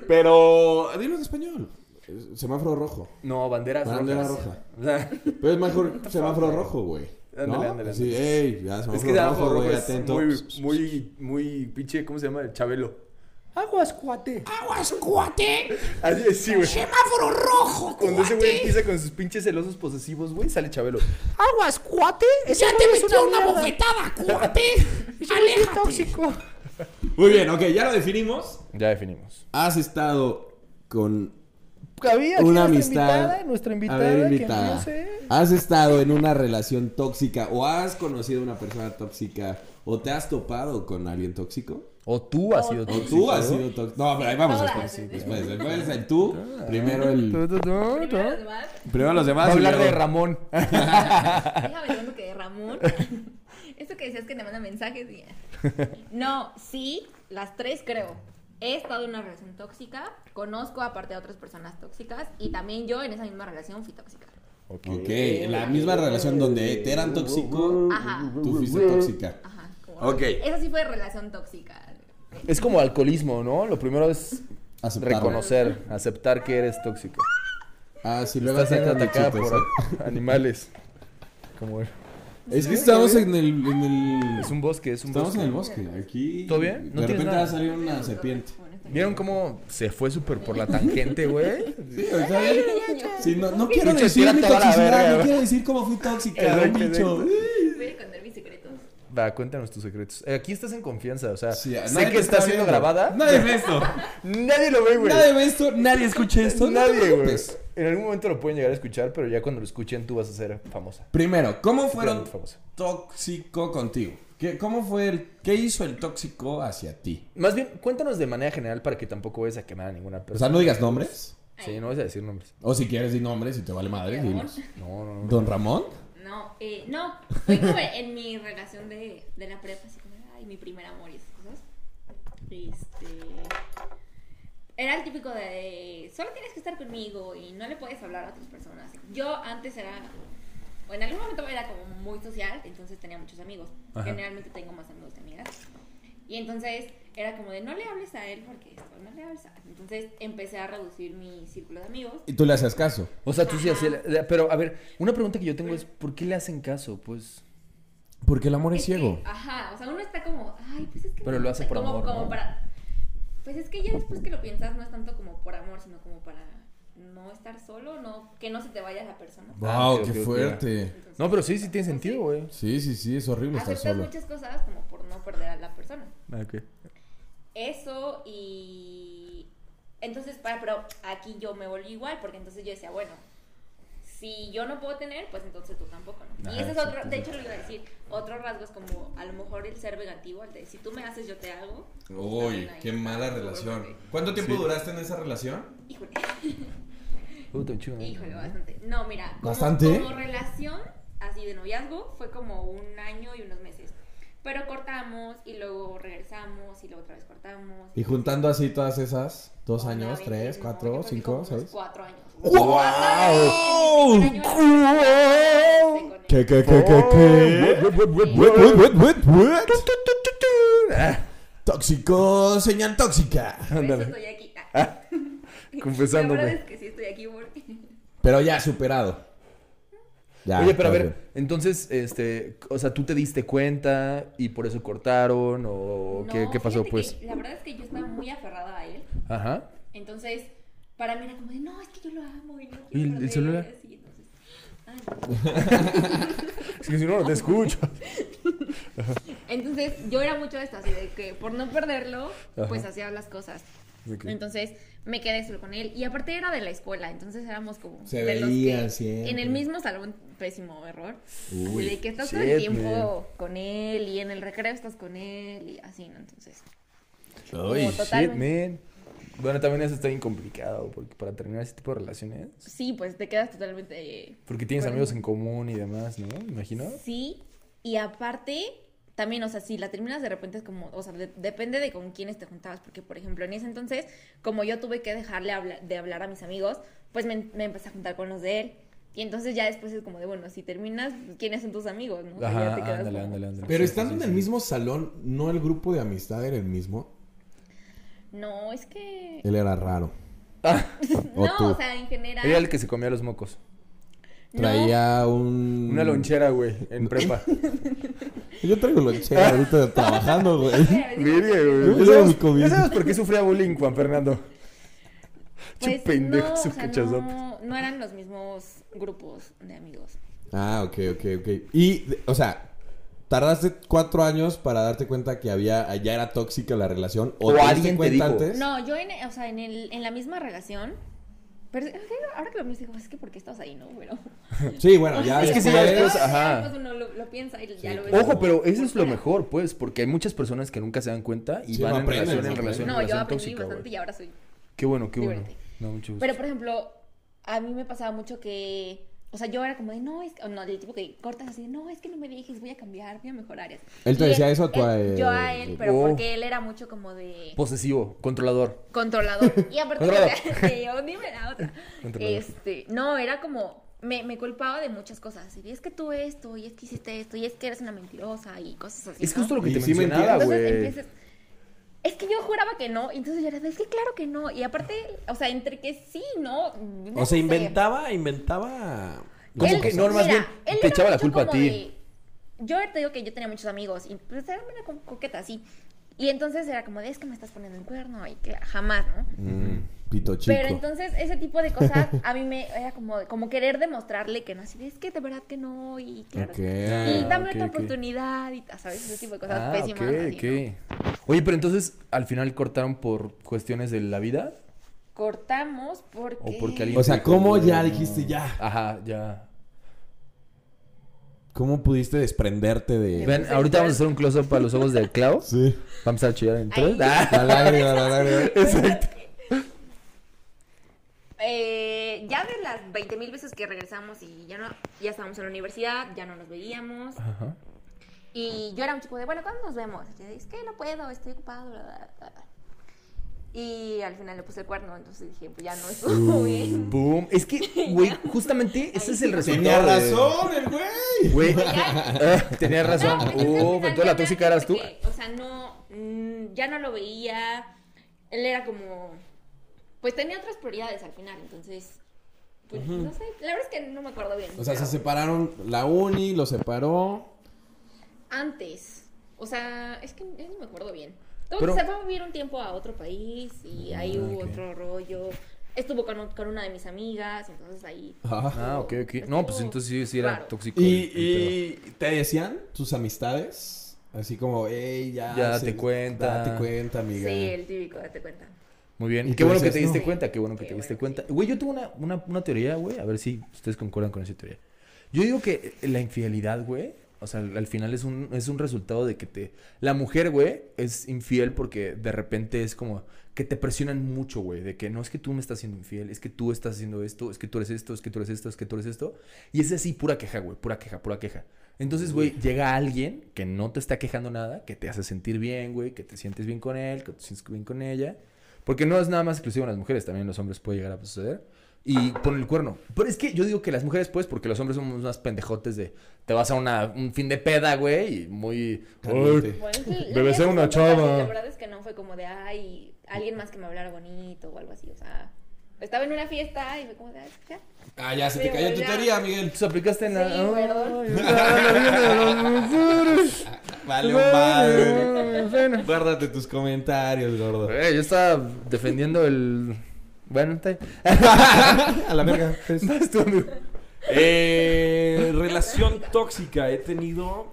Pero. Dilo en español. Es Semáforo rojo. No, banderas Bandera rojas. roja. O sea, Pero es mejor semáforo rojo, güey. Ándale, ándale, Sí, ey, ya semáforo es que rojo, rojo, güey, es atento. muy, muy, muy pinche, ¿cómo se llama? El Chabelo. Aguas, cuate. Aguas, cuate. Así es, sí, güey. Semáforo rojo, Cuando ese güey cuate. empieza con sus pinches celosos posesivos, güey, sale Chabelo. Aguas, cuate. Ya te metió una, bofetada, cuate. Aléjate. tóxico. Muy bien, ok, ya lo definimos. Ya definimos. Has estado con Había aquí una nuestra amistad. invitada, nuestra invitada, A ver, que invitada. no sé. Has estado en una relación tóxica o has conocido a una persona tóxica o te has topado con alguien tóxico. O tú has sido O tú has sido tóxico. No, pero ahí vamos a Todas. ¿eh? Después, después el tú, primero el. Primero los demás, Primero los demás. Ah. Va a y hablar luego- de Ramón. déjame ver uno que de Ramón. Esto que decías que te mandan mensajes y... No, sí, las tres creo. He estado en una relación tóxica, conozco aparte a otras personas tóxicas y también yo en esa misma relación fui tóxica. Ok, en la misma relación donde te eran tóxico, Ajá. tú fuiste tóxica. Ajá. como- Ok. Esa sí fue relación tóxica. Es como alcoholismo, ¿no? Lo primero es Aceptarlo. reconocer, aceptar que eres tóxico. Ah, sí, luego Estás siendo sacan atacada chitos, por animales. Como ¿eh? Es que estamos en el. en el- es un bosque, es un Estamos bosque. en el bosque, aquí. ¿Todo bien? ¿No de tienes repente nada? va a salir una serpiente. Bueno, está ¿Vieron cómo se fue súper por la tangente, güey? Sí, o sea, sí, no, no quiero Pinche decir tira mi toda la verga, toxicidad, no güey. quiero decir cómo fui tóxica, Exacto, bicho. Voy a esconder mis secretos. Va, cuéntanos tus secretos. Eh, Aquí estás en confianza, o sea, Sí, a- nadie sé te que está viendo. siendo grabada. Nadie ve esto. Nadie lo ve, güey. Nadie ve esto, nadie escucha esto. no te Nadie, güey. preocupes. En algún momento lo pueden llegar a escuchar, pero ya cuando lo escuchen tú vas a ser famosa. Primero, ¿cómo Fueron fueron famosa. tóxico contigo? ¿Qué, ¿Cómo fue el, qué hizo el tóxico hacia ti? Más bien, cuéntanos de manera general para que tampoco vayas a quemar a ninguna O sea, persona. no digas nombres. Sí, no vas a decir nombres. O si quieres, di nombres y te vale madre. dilos. No, no, no. Don Ramón. No, eh, no. Fue como en mi relación de, de la prepa, así como, ay, mi primer amor y esas cosas. Este. Era el típico de, solo tienes que estar conmigo y no le puedes hablar a otras personas. Yo antes era, o en algún momento era como muy social, entonces tenía muchos amigos. Ajá. Generalmente tengo más amigos que amigas. Y entonces era como de, no le hables a él porque esto, no le hables a él. Entonces empecé a reducir mi círculo de amigos. Y tú le haces caso. O sea, tú sí hacías. Pero a ver, una pregunta que yo tengo es: ¿por qué le hacen caso? Pues. Porque el amor es, Es que, ciego. ajá, o sea, uno está como, ay, pues es que. Pero no lo sé", hace por como, amor, como ¿no? para. Pues es que ya después que lo piensas, no es tanto como por amor, sino como para no estar solo, no que no se te vaya la persona. Ah, Wow, ok, qué ok, ok. fuerte. Entonces, No, pero sí, sí tiene sentido, güey. Sí, sí, sí, es horrible estar Aceptas solo. muchas cosas como por no perder a la persona. Ah, ok. Eso y. Entonces, para, pero aquí yo me volví igual, porque entonces yo decía, bueno, si yo no puedo tener, pues entonces tú tampoco, ¿no? Y Ajá, ese es Ah, sí, otro, de hecho lo iba a decir, otro rasgo es como a lo mejor el ser vengativo, el de si tú me haces, yo te hago. Uy, También ahí qué está, mala súper relación. fuerte. ¿Cuánto tiempo duraste en esa relación? Híjole, Puta, un chingo. híjole, bastante. No, mira, como, ¿Bastante? como relación, así de noviazgo, fue como un año y unos meses. Pero cortamos y luego regresamos y luego otra vez cortamos. Y juntando así todas esas, dos años, Obviamente, tres, no, yo cuatro, creo que cinco, pues como seis. unos Cuatro años. ¡Wow! ¿Qué, qué, qué, qué, Eh, qué? What, what, what, what, what? Ah, Tóxico, señal tóxica. estoy aquí. Ah. confesándome. La verdad es que sí estoy aquí porque... Pero ya superado. Ya, Oye, pero todo a ver, bien. entonces, este, o sea, tú te diste cuenta y por eso cortaron o Oh, qué, No, qué pasó, fíjate pues. que la verdad es que yo estaba muy aferrada a él. Ajá. Entonces, para mí era como de, no, es que yo lo amo y no quiero ¿Y el- el perder", celular? y así, entonces, ay, Es que si no, no te escucho. no. Entonces, yo era mucho de esto, así de que por no perderlo, Ajá. pues hacía las cosas. Ok. Entonces me quedé solo con él. Y aparte era de la escuela, entonces éramos como. Se de los veían que siempre. En el mismo salón, pésimo error. Uy, de que estás todo el shit, tiempo man. con él y en el recreo estás con él y así, ¿no? Entonces. Uy, como shit, totalmente- man. Bueno, también eso está bien complicado porque para terminar ese tipo de relaciones. Sí, pues te quedas totalmente. eh, Porque tienes Bueno. amigos en común y demás, ¿no? Me Imagino. Sí, y aparte, también, o sea, si la terminas de repente es como, o sea, de- depende de con quiénes te juntabas, porque, por ejemplo, en ese entonces, como yo tuve que dejarle habla- de hablar a mis amigos, pues me, me empecé a juntar con los de él. Y entonces ya después es como de, bueno, si terminas, pues, ¿quiénes son tus amigos? ¿no? O sea, ya Ajá, te quedas ándale, como- ándale, ándale. Pero Sí, estando sí, en sí, el sí. mismo salón, ¿no el grupo de amistad era el mismo? No, es que... Él era raro. o no, tú. o sea, en general... Ah, Era el que se comía los mocos. no, Traía un... Una lonchera, güey, en prepa. Yo traigo lonchera ahorita trabajando, güey. pero es- Yo Ya era sabes- mi COVID. ya sabes por qué sufría bullying, Juan Fernando. pues, pendejo, no, o su sea, cachazote. no, no eran los mismos grupos de amigos. Ah, ok, ok, ok. Y, de- o sea, tardaste cuatro años para darte cuenta que había, ya era tóxica la relación. ¿O, O te diste alguien te cuenta dijo. antes? No, yo en, o sea, en, el, en la misma relación. Pero es que ahora que lo pienso, digo, es que porque estás ahí, ¿no? Pero. Sí, bueno, ya Ah, Es que sí, después- después- Pero ya ajá. después ah, uno lo, lo piensa y ya lo ves Ojo, como pero eso es lo cultura. mejor, pues, porque hay muchas personas que nunca se dan cuenta y Sí, van no en aprenden, relación, no en relación, en No, yo relación aprendí tóxica, bastante güey. y ahora soy. Qué bueno, qué bueno. Diferente. No, mucho gusto. Pero por ejemplo, a mí me pasaba mucho que. O sea, yo era como de, no, es que. o No, del tipo que cortas así, de, no, es que no me dejes, voy a cambiar, voy a mejorar. y así. ¿Él te Y decía eso o tú a él- él? Yo a él, pero Oh. porque él era mucho como de. Posesivo, controlador. Controlador. Y aparte, Controlador. o sea, que yo, dime la otra. Controlador. Este, no, era como, me, me culpaba de muchas cosas. Y es que tú esto, y es que hiciste esto, y es que eres una mentirosa, y cosas así. Es ¿no? justo lo que Y te sí me mencionaba, entiendes. Entonces güey. empiezas. Es que yo juraba que no, y entonces yo era, de, es que claro que no. Y aparte, o sea, entre que sí, no. no O sea, sé. inventaba, inventaba. ¿Cómo Él- que? No, más mira, bien, él te era echaba la mucho culpa a como ti. de- yo te digo que yo tenía muchos amigos y pues era una co- coqueta así. Y entonces era como de, es que me estás poniendo el cuerno y que jamás, ¿no? Mm, Pito chico. Pero entonces ese tipo de cosas a mí me era como, como querer demostrarle que no, así de, es que de verdad que no y claro. Ok. Y dame Ah, ok, otra ok. oportunidad y sabes ese tipo de cosas Ah, pésimas. ok, así, ¿no? ok. Oye, pero entonces, ¿al final cortaron por cuestiones de la vida? Cortamos porque ¿O porque alguien O sea, te dijo, ¿cómo güey, ya no? dijiste ya? Ajá, ya. ¿Cómo pudiste desprenderte de...? Ven, ahorita vamos a hacer un close-up para los ojos de Clau. Sí. Vamos a chillar en Ahí. tres. Ah, La lágrima, la lágrima. Eh, ya de las 20 mil veces que regresamos y ya no, ya estábamos en la universidad, ya no nos veíamos. Ah, Ajá. Y yo era un chico de, bueno, ¿cuándo nos vemos? Y yo dije, es que no puedo, estoy ocupado, bla, bla, bla, bla. Y al final le puse el cuerno, entonces dije, pues ya no Uh, estuvo bien. Boom. Es que, güey, justamente ese es el Tenía resultado. de- razón el güey. Güey, Ya- tenías razón. No, porque entonces al Uh, final toda la ya me tóxica eras tú. porque, o sea, no, mm, ya no lo veía. Él era como, pues tenía otras prioridades al final, entonces, pues no sé, la verdad es que no me acuerdo bien. O sea, se pero separaron la uni, lo separó. Antes, o sea, es que ya no me acuerdo bien. Como Pero- Ah, que se fue a vivir un tiempo a otro país y ahí hubo otro rollo. Estuvo con, con una de mis amigas, entonces ahí... Ah, ok, ok. No, pues entonces sí, sí era Claro. tóxico. ¿Y, el- el pedo. y te decían tus amistades? Así como, hey, ya. Ya te cuenta. Date cuenta, amiga. Sí, el típico, date cuenta. Muy bien. Y Qué tú bueno que dices, te diste no. cuenta, qué bueno que Qué te diste bueno, cuenta. Güey, yo tuve una, una, una teoría, güey. A ver si ustedes concuerdan con esa teoría. Yo digo que eh, la infidelidad, güey. O sea, al al final es un, es un resultado de que te... La mujer, güey, es infiel porque de repente es como que te presionan mucho, güey. De que no es que tú me estás siendo infiel, es que tú estás haciendo esto, es que tú eres esto, es que tú eres esto, es que tú eres esto. Y es así pura queja, güey. Pura queja, pura queja. Entonces, güey, llega alguien que no te está quejando nada, que te hace sentir bien, güey, que te sientes bien con él, que te sientes bien con ella. Porque no es nada más exclusivo en las mujeres, también en los hombres puede llegar a suceder. Y pon el cuerno. Pero es que yo digo que las mujeres, pues, porque los hombres somos más pendejotes de. Te vas a una, un fin de peda, güey, y muy. Caliente. "Ay, Bueno, es que la Debe mía ser no una fue tan fácil, chava. La verdad es que no fue como de, ay, alguien más que me hablara bonito o algo así. O sea, estaba en una fiesta y fue como de, ay, ya. Ah, ya se te Sí, cayó tu ya. teoría, Miguel. Entonces aplicaste en Sí, perdón. Vale, un madre. Guárdate tus comentarios, gordo. Güey, yo estaba defendiendo el. Bueno, está A la verga. Vas tú, amigo. Eh, relación tóxica. He tenido...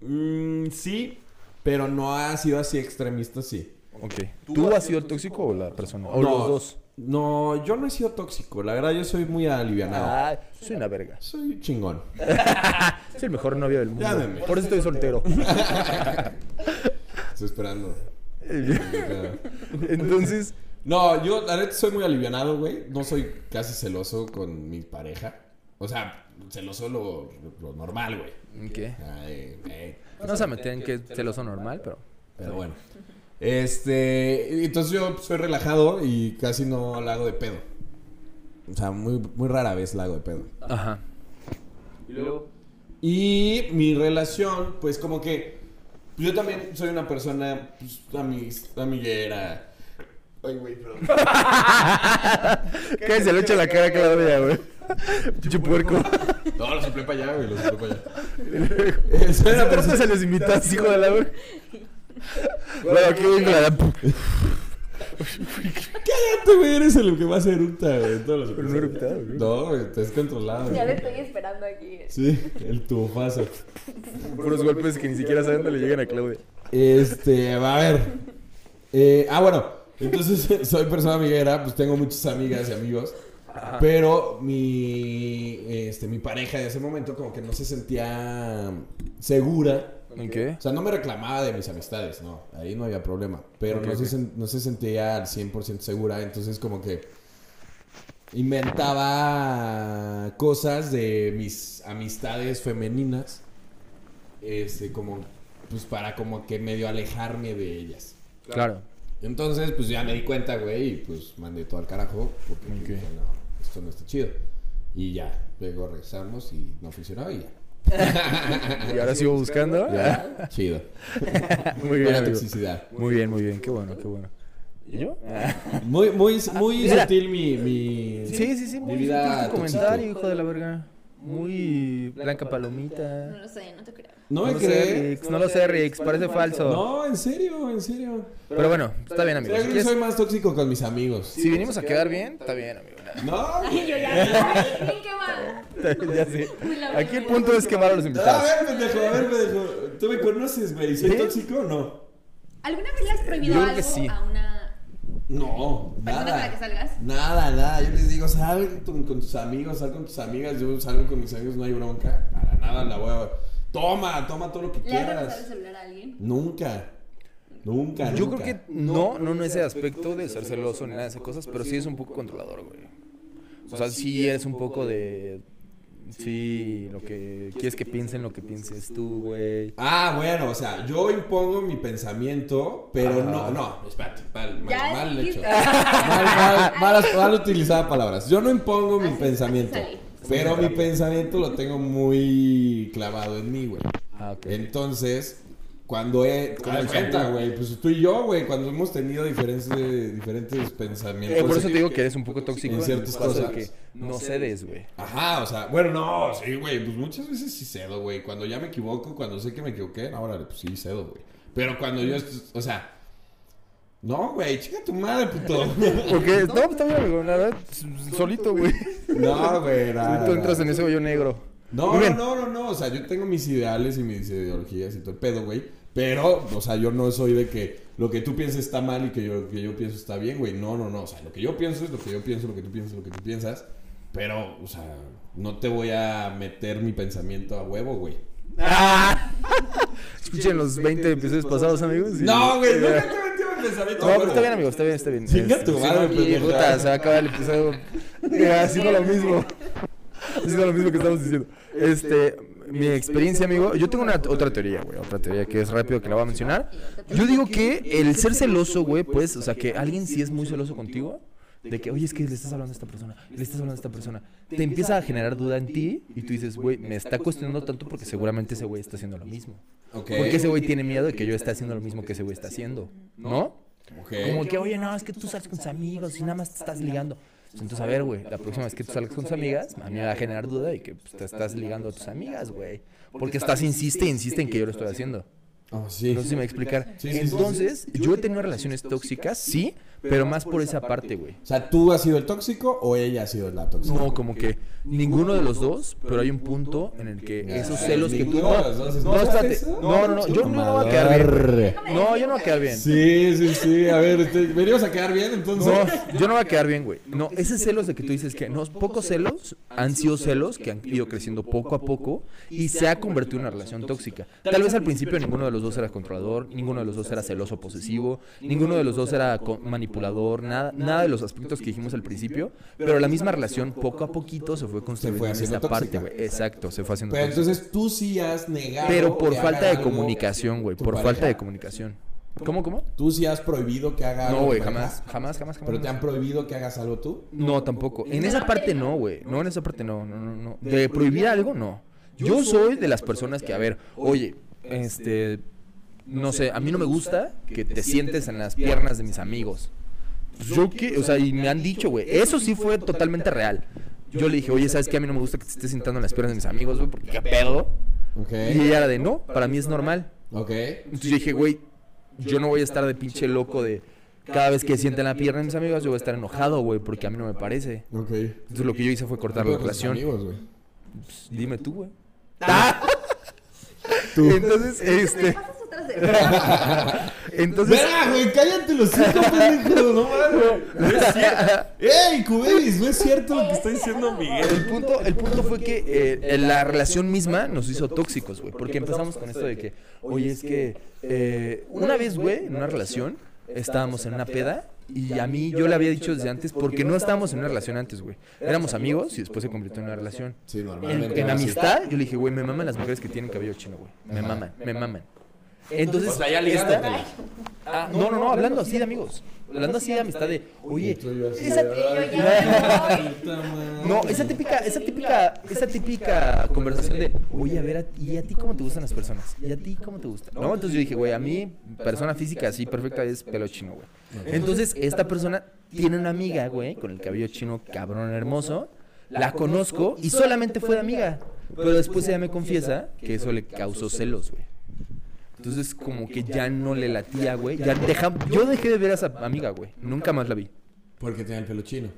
mm, sí. Pero no ha sido así extremista, sí. Ok. ¿Tú has sido el tóxico o la persona? O los dos. No, yo no he sido tóxico. La verdad, yo soy muy alivianado. Ay, soy una verga. Soy chingón. Soy el mejor novio del Ya, mundo. meme. Por eso estoy soltero. Estoy esperando. Entonces. No, yo la neta soy muy alivianado, güey. No soy casi celoso con mi pareja. O sea, celoso lo, lo normal, güey. ¿Qué? Ay, güey. No se meten que se lo son normal, pero. Pero bueno. Este, entonces yo soy relajado y casi no la hago de pedo. O sea, muy, muy rara vez la hago de pedo. Ajá. Y luego, Y mi relación, pues como que pues, yo también soy una persona pues, amis- amiguera. Ay, güey, perdón. ¿Qué? Se le echa la cara a Claudia, güey. Pinche puerco. No, lo soplé para allá, güey, lo soplé para allá. Soy una persona se les invitas, hijo de la verga. Bueno, qué bien, la Cállate, güey, eres el que más eructa, güey. en Todos los Pero no eructaba, güey. No, güey, estás controlado. Ya güey. le estoy esperando aquí. Sí, el tufazo. Puros golpes que ni siquiera saben dónde le llegan a Claudia. Este, va a ver. Eh, ah, bueno. Entonces, soy persona amiguera, pues tengo muchas amigas y amigos. Pero mi, este, mi pareja de ese momento como que no se sentía segura. ¿En qué? O sea, no me reclamaba de mis amistades, no. Ahí no había problema. Pero Ok, no, ok. Se, sen- no se sentía al 100% segura. Entonces, como que inventaba cosas de mis amistades femeninas. Este, como, pues para como que medio alejarme de ellas. Claro. Entonces, pues ya me di cuenta, güey, y pues mandé todo al carajo. Porque dije, Ok. no, esto no está chido. Y ya, luego regresamos y no funcionó y ya. Y ahora sigo buscando. Ya, chido. Muy bien, Buena amigo. toxicidad. Muy bien, muy bien. Qué bueno, qué bueno. ¿Eh? ¿Y yo? Muy, muy, muy Ah, Mira. sutil mi, mi... Sí, sí, sí. mi Muy bien. vida tu comentario, tóxica. hijo de la verga. Muy blanca, Blanca palomita. No lo sé, no te creo. No me lo sé, crees. Rix, no lo sé, Rix, parece falso. No, en serio, en serio. Pero bueno, está bien, amigo. Creo Si, que quieres- soy más tóxico con mis amigos. si vinimos a quedar bien, está bien, amigo. No. Ay, yo ya. Ah, Ay, bien quemada. Ya sé. Uy, la Aquí el verdad. punto es quemar a los A invitados. ver, pendejo, a ver, pendejo. ¿Tú me conoces, güey? ¿Soy tóxico o no? ¿Alguna vez le has prohibido Yo creo que algo sí. a una No, persona con la que nada. salgas? Nada, nada. Yo les digo, sal con, con tus amigos, sal con tus amigas. Yo salgo con mis amigos, no hay bronca. Para nada la hueva. Toma, toma todo lo que ¿Le has regresado el quieras. celular a alguien? Nunca. Nunca, Yo creo nunca. que no, no, no ese aspecto de ser celoso ni nada de esas cosas, pero sí es un poco controlador, güey. O sea, sí eres un poco de. Sí, lo que quieres que piensen, lo que pienses tú, güey. Ah, bueno, o sea, yo impongo mi pensamiento, pero no, no, espérate, mal, mal, Ya mal hecho. dijiste. Mal, mal, malas- mal utilizada palabras. Yo no impongo mi Así, pensamiento, así pero mi pensamiento lo tengo muy clavado en mí, güey. Ah, ok. Entonces, cuando he... Cuando cuenta, güey, pues tú y yo, güey, cuando hemos tenido diferentes, diferentes pensamientos. Eh, por eso te digo que eres un poco tóxico En en ciertas ciertas cosas. cosas. que no cedes, güey. Ajá, o sea, bueno, no, sí, güey, pues muchas veces sí cedo, güey. Cuando ya me equivoco, cuando sé que me equivoqué, ahora pues sí cedo, güey. Pero cuando yo, est- o sea, no, güey, chica tu madre, puto. Porque, no, está bien, amigo, la verdad, pues, solito, güey. no, güey, nada. Tú entras nada. en ese hoyo negro. No, Muy no, bien. no, no, no, o sea, yo tengo mis ideales y mis ideologías y todo el pedo, güey. Pero, o sea, yo no soy de que lo que tú pienses está mal y que yo, que yo pienso está bien, güey. No, no, no, o sea, lo que yo pienso es lo que yo pienso, lo que tú piensas, lo que tú piensas. Pero, o sea, no te voy a meter mi pensamiento a huevo, güey. Ah. Escuchen los 20 episodios pasados, amigos. y- No, güey, No, nunca te metí en el pensamiento. pero güey. está bien, amigo, está bien, está bien. Chinga Es- tu si madre, no, pendeja. puta, se va a acabar el episodio eh, haciendo lo mismo. Haciendo lo mismo que estamos diciendo. Este, mi experiencia, amigo, yo tengo una otra teoría, güey, otra teoría que es rápido que la voy a mencionar. Yo digo que el ser celoso, güey, pues, o sea, que alguien sí es muy celoso contigo, de que, oye, es que le estás hablando a esta persona, le estás hablando a esta persona, te empieza a generar duda en ti y tú dices, güey, me está cuestionando tanto porque seguramente ese güey está haciendo lo mismo. Ok, Porque ese güey tiene miedo de que yo esté haciendo lo mismo que ese güey está haciendo, ¿no? ok. Como que, oye, no, es que tú sales con tus amigos y nada más te estás ligando. Entonces, a ver, güey, la próxima vez que tú sales con tus amigas, a mí me va a generar duda de que pues, te estás ligando a tus amigas, güey. Porque estás insiste e insiste en que yo lo estoy haciendo. Ah, sí. No sé si me voy a explicar. Sí, sí, sí. Entonces, yo he tenido relaciones tóxicas, sí, pero más por esa parte, güey. O sea, ¿tú has sido el tóxico o ella ha sido la tóxica? No, como que ninguno de los dos, pero hay un punto en el que esos Ah, celos que tú... ninguno de No, los dos es- no, espérate. ¿Eso? No, no, no, yo no voy a quedar bien. güey. Amarre. No, yo no voy a quedar bien. Sí, sí, sí. A ver, este, venimos a quedar bien, entonces. No, yo no voy a quedar bien, güey. No, ese celos de que tú dices que no, pocos celos han sido celos que han ido creciendo poco a poco y se ha convertido en una relación tóxica. Tal vez al principio ninguno de los dos era controlador, ninguno de los dos era celoso posesivo, ninguno de los dos era co- manipulador, nada, nada de los aspectos que dijimos al principio, pero la misma relación poco a poquito se fue construyendo en haciendo esta parte, tóxica. güey. Exacto, se fue haciendo Pero tóxica. entonces tú sí has negado. Pero por que falta haga de algo. comunicación, güey, tu por pareja. falta de comunicación. ¿Cómo, cómo? Tú sí has prohibido que haga algo. No, güey, tu pareja. jamás, jamás, jamás, jamás. Pero te han prohibido que hagas algo tú. No, tampoco. En esa parte no, güey. No, en esa parte no, no, no, no. De prohibir algo, no. Yo soy de las personas que, a ver, oye, este, no sé, a mí no me gusta que te sientes en las piernas de mis amigos. Pues yo qué, o sea, y me han dicho, güey, eso sí fue totalmente real. Yo le dije, oye, ¿sabes qué? A mí no me gusta que te estés sentando en las piernas de mis amigos, güey, porque qué pedo. Ok. Y ella era de, no, Eh. para mí es normal. Ok. Entonces yo dije, güey, yo no voy a estar de pinche loco de cada vez que sienten la pierna de mis amigos, yo voy a estar enojado, güey, porque a mí no me parece. Ok. Entonces lo que yo hice fue cortar Pero la con tus relación. amigos, güey. Dime tú, güey. Ah. Entonces, ¿Me este, pasas otra cerveza? entonces, Verá, güey, cállate los cinco pendejos, no mames. No es cierto. ¡Ey, Cubebis! No es cierto lo que está diciendo Miguel. el punto, el punto fue que eh, eh, la relación misma nos hizo tóxicos, güey, porque empezamos con esto de que, oye, es que eh, una vez, güey, en una relación estábamos en una peda y a mí yo le había dicho desde antes porque no estábamos en una relación antes, güey. Éramos amigos y después se convirtió en una relación. Sí, En, normalmente. en no, sí. amistad, yo le dije, güey, me maman las mujeres que tienen cabello chino, güey. Me maman, me maman. Entonces, O sea, ya esta- ligándotela. Ah, no, no, no, hablando así de amigos. Hablando así de amistad de, oye, Estoy yo así esa- de, yo "Ay, ya qué puta madre". no, esa típica, esa típica, esa típica conversación de, oye, a ver, a- ¿y a ti cómo te gustan las personas? ¿Y a ti cómo te gusta? No, entonces yo dije, güey, a mí, persona física así perfecta es pelo chino, güey. Entonces, esta persona tiene una amiga, güey, con el cabello chino cabrón hermoso. la conozco y solamente fue de amiga. Pero después ella me confiesa que eso le causó celos, güey. Entonces, como que ya no le latía, güey. Ya deja- yo dejé de ver a esa amiga, güey. Nunca más la vi. Porque tenía el pelo chino.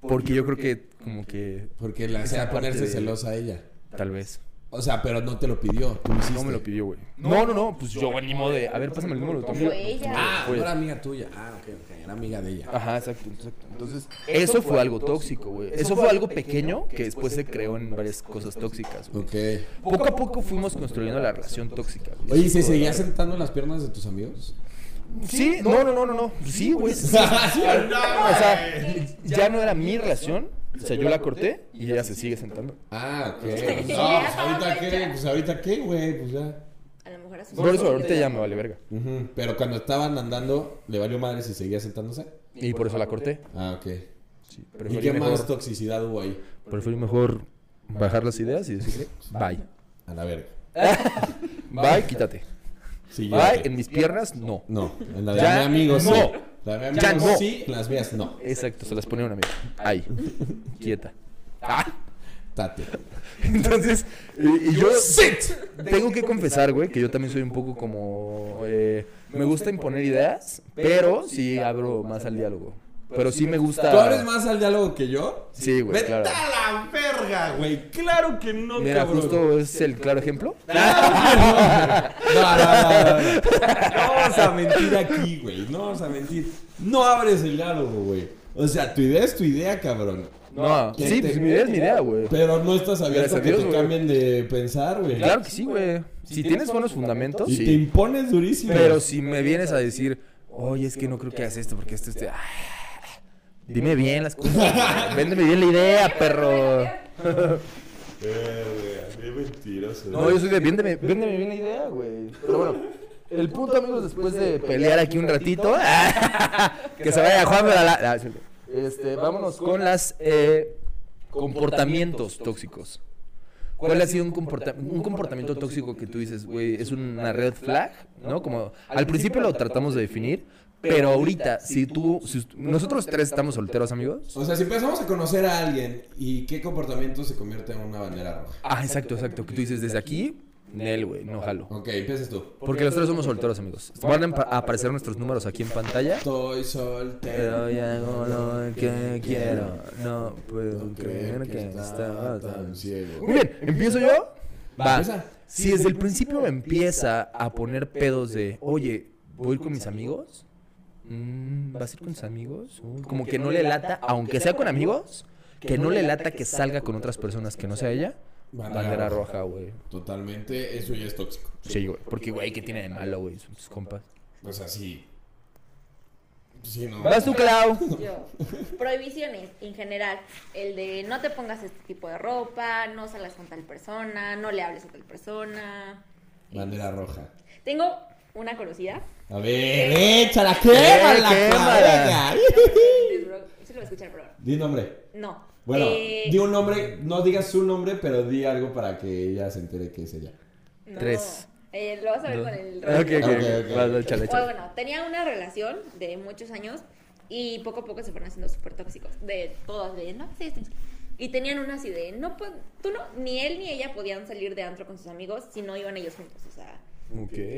Porque yo creo que, como que, Porque la Esa hacía parte ponerse de- celosa a ella. tal vez. O sea, pero no te lo pidió. Tú lo hiciste. No me lo pidió, güey. Pues este. No, no, no. Pues yo animo de. A ver, pásame el número de tu amiga. Fue ella. Ah, Fue- no era amiga tuya. Ah, ok, ok. Era amiga de ella. Ajá, exacto, exacto. Entonces, eso fue algo tóxico, güey. Eso fue algo pequeño que después se creó en varias cosas tóxicas, güey. Ok. Poco a poco fuimos construyendo la relación tóxica. güey. Oye, ¿y se seguía sentando en las piernas de tus amigos? Sí, no, no, no, no, no. Sí, güey. sí, sí. O sea, ya no era mi relación. O sea, yo la corté y ella se sigue sentando. Ah, ok. Pues No, pues Ya estaba ahorita qué, hecha. pues ahorita qué, güey, pues ya. A lo mejor así. Por eso ahorita ya me vale verga. Ujú, Pero cuando estaban andando, le valió madre si seguía sentándose. Y por eso la corté. Ah, ok. Sí, ¿Y qué preferí más mejor, toxicidad hubo ahí? preferí mejor bajar las ideas y decirle bye. A la verga. Bye, quítate. Siguiente. Bye, en mis piernas, no. No, en la de Ya mi amigo sí. no. La de mi Ya amigo no. sí, las mías no. Exacto, se las ponía una amiga. Ahí, quieta. Tate. Ah. Entonces, y, y yo tengo que confesar, güey, que yo también soy un poco como... eh, me gusta imponer ideas, pero sí abro más al diálogo. Pero sí me gusta... ¿Tú abres más al diálogo que yo? Sí, güey, Vete claro. a la verga, güey. Claro que no, Mira, cabrón. justo es el claro ejemplo. No, no, no, no, no. No vamos a mentir aquí, güey. No vamos a mentir. No abres el diálogo, güey. O sea, tu idea es tu idea, cabrón. No, sí, pues mi idea es mi idea, güey. Pero no estás abierto Gracias a a que Dios, te güey. cambien de pensar, güey. Claro que sí, güey. Si tienes buenos fundamentos, Y te sí. impones durísimo. Pero si me vienes a decir, oye, es que no creo que hagas esto, porque esto, este... ah". Dime bien las cosas. güey. Véndeme bien la idea, perro. No, yo soy de véndeme, véndeme bien la idea, güey. Pero bueno, el punto, amigos, después de pelear aquí un ratito, que se vaya Juan pero la- la- Este, vámonos con las eh, comportamientos tóxicos. ¿Cuál ha sido un, comporta- un comportamiento tóxico que tú dices, güey, es una red flag, ¿no? Como al principio lo tratamos de definir, pero ahorita, si tú, si nosotros tres estamos solteros, amigos. O sea, si empezamos a conocer a alguien y qué comportamiento se convierte en una bandera roja. Ah, exacto, exacto, que tú dices desde aquí, Nel, güey, no jalo. Ok, empiezas tú. Porque los tres somos solteros, amigos. Van a empa- a aparecer nuestros números aquí en pantalla. Estoy soltero. Pero ya hago lo que quiero. No puedo creer que estaba tan ciego. Muy bien, ¿empiezo yo? Va. Empieza. Si desde el principio me empieza a poner pedos de, oye, ¿voy a ir con mis amigos? Mm, ¿Vas a ir con tus amigos? Uh, Como que no le lata, aunque sea con amigos, que no le lata que salga con otras personas que no sea ella. Bandera roja, güey. Totalmente, eso ya es tóxico. Sí, güey. Porque, güey, ¿qué tiene de malo, güey? Son tus compas. O sea, sí. Sí, no. Vas tú, Clau. Yo. Prohibiciones en general. El de no te pongas este tipo de ropa, no salgas con tal persona, no le hables a tal persona. Bandera roja. Tengo una conocida. A ver, échala, quémala, Eh, quémala. quémala. Sí lo va a escuchar, pero Di nombre. no. Bueno, Eh, di un nombre, no digas su nombre, pero di algo para que ella se entere que es ella. no. Tres. Eh, lo vas a ver con el Ah, Ok, ok, rollo. Ok, ok. ok. Vas, vas, échale, Bueno, échale. bueno, tenía una relación de muchos años y poco a poco se fueron haciendo súper tóxicos. De todas, de no, sí, sí. Y tenían unas ideas. No, pod- tú no, ni él ni ella podían salir de antro con sus amigos si no iban ellos juntos. O sea,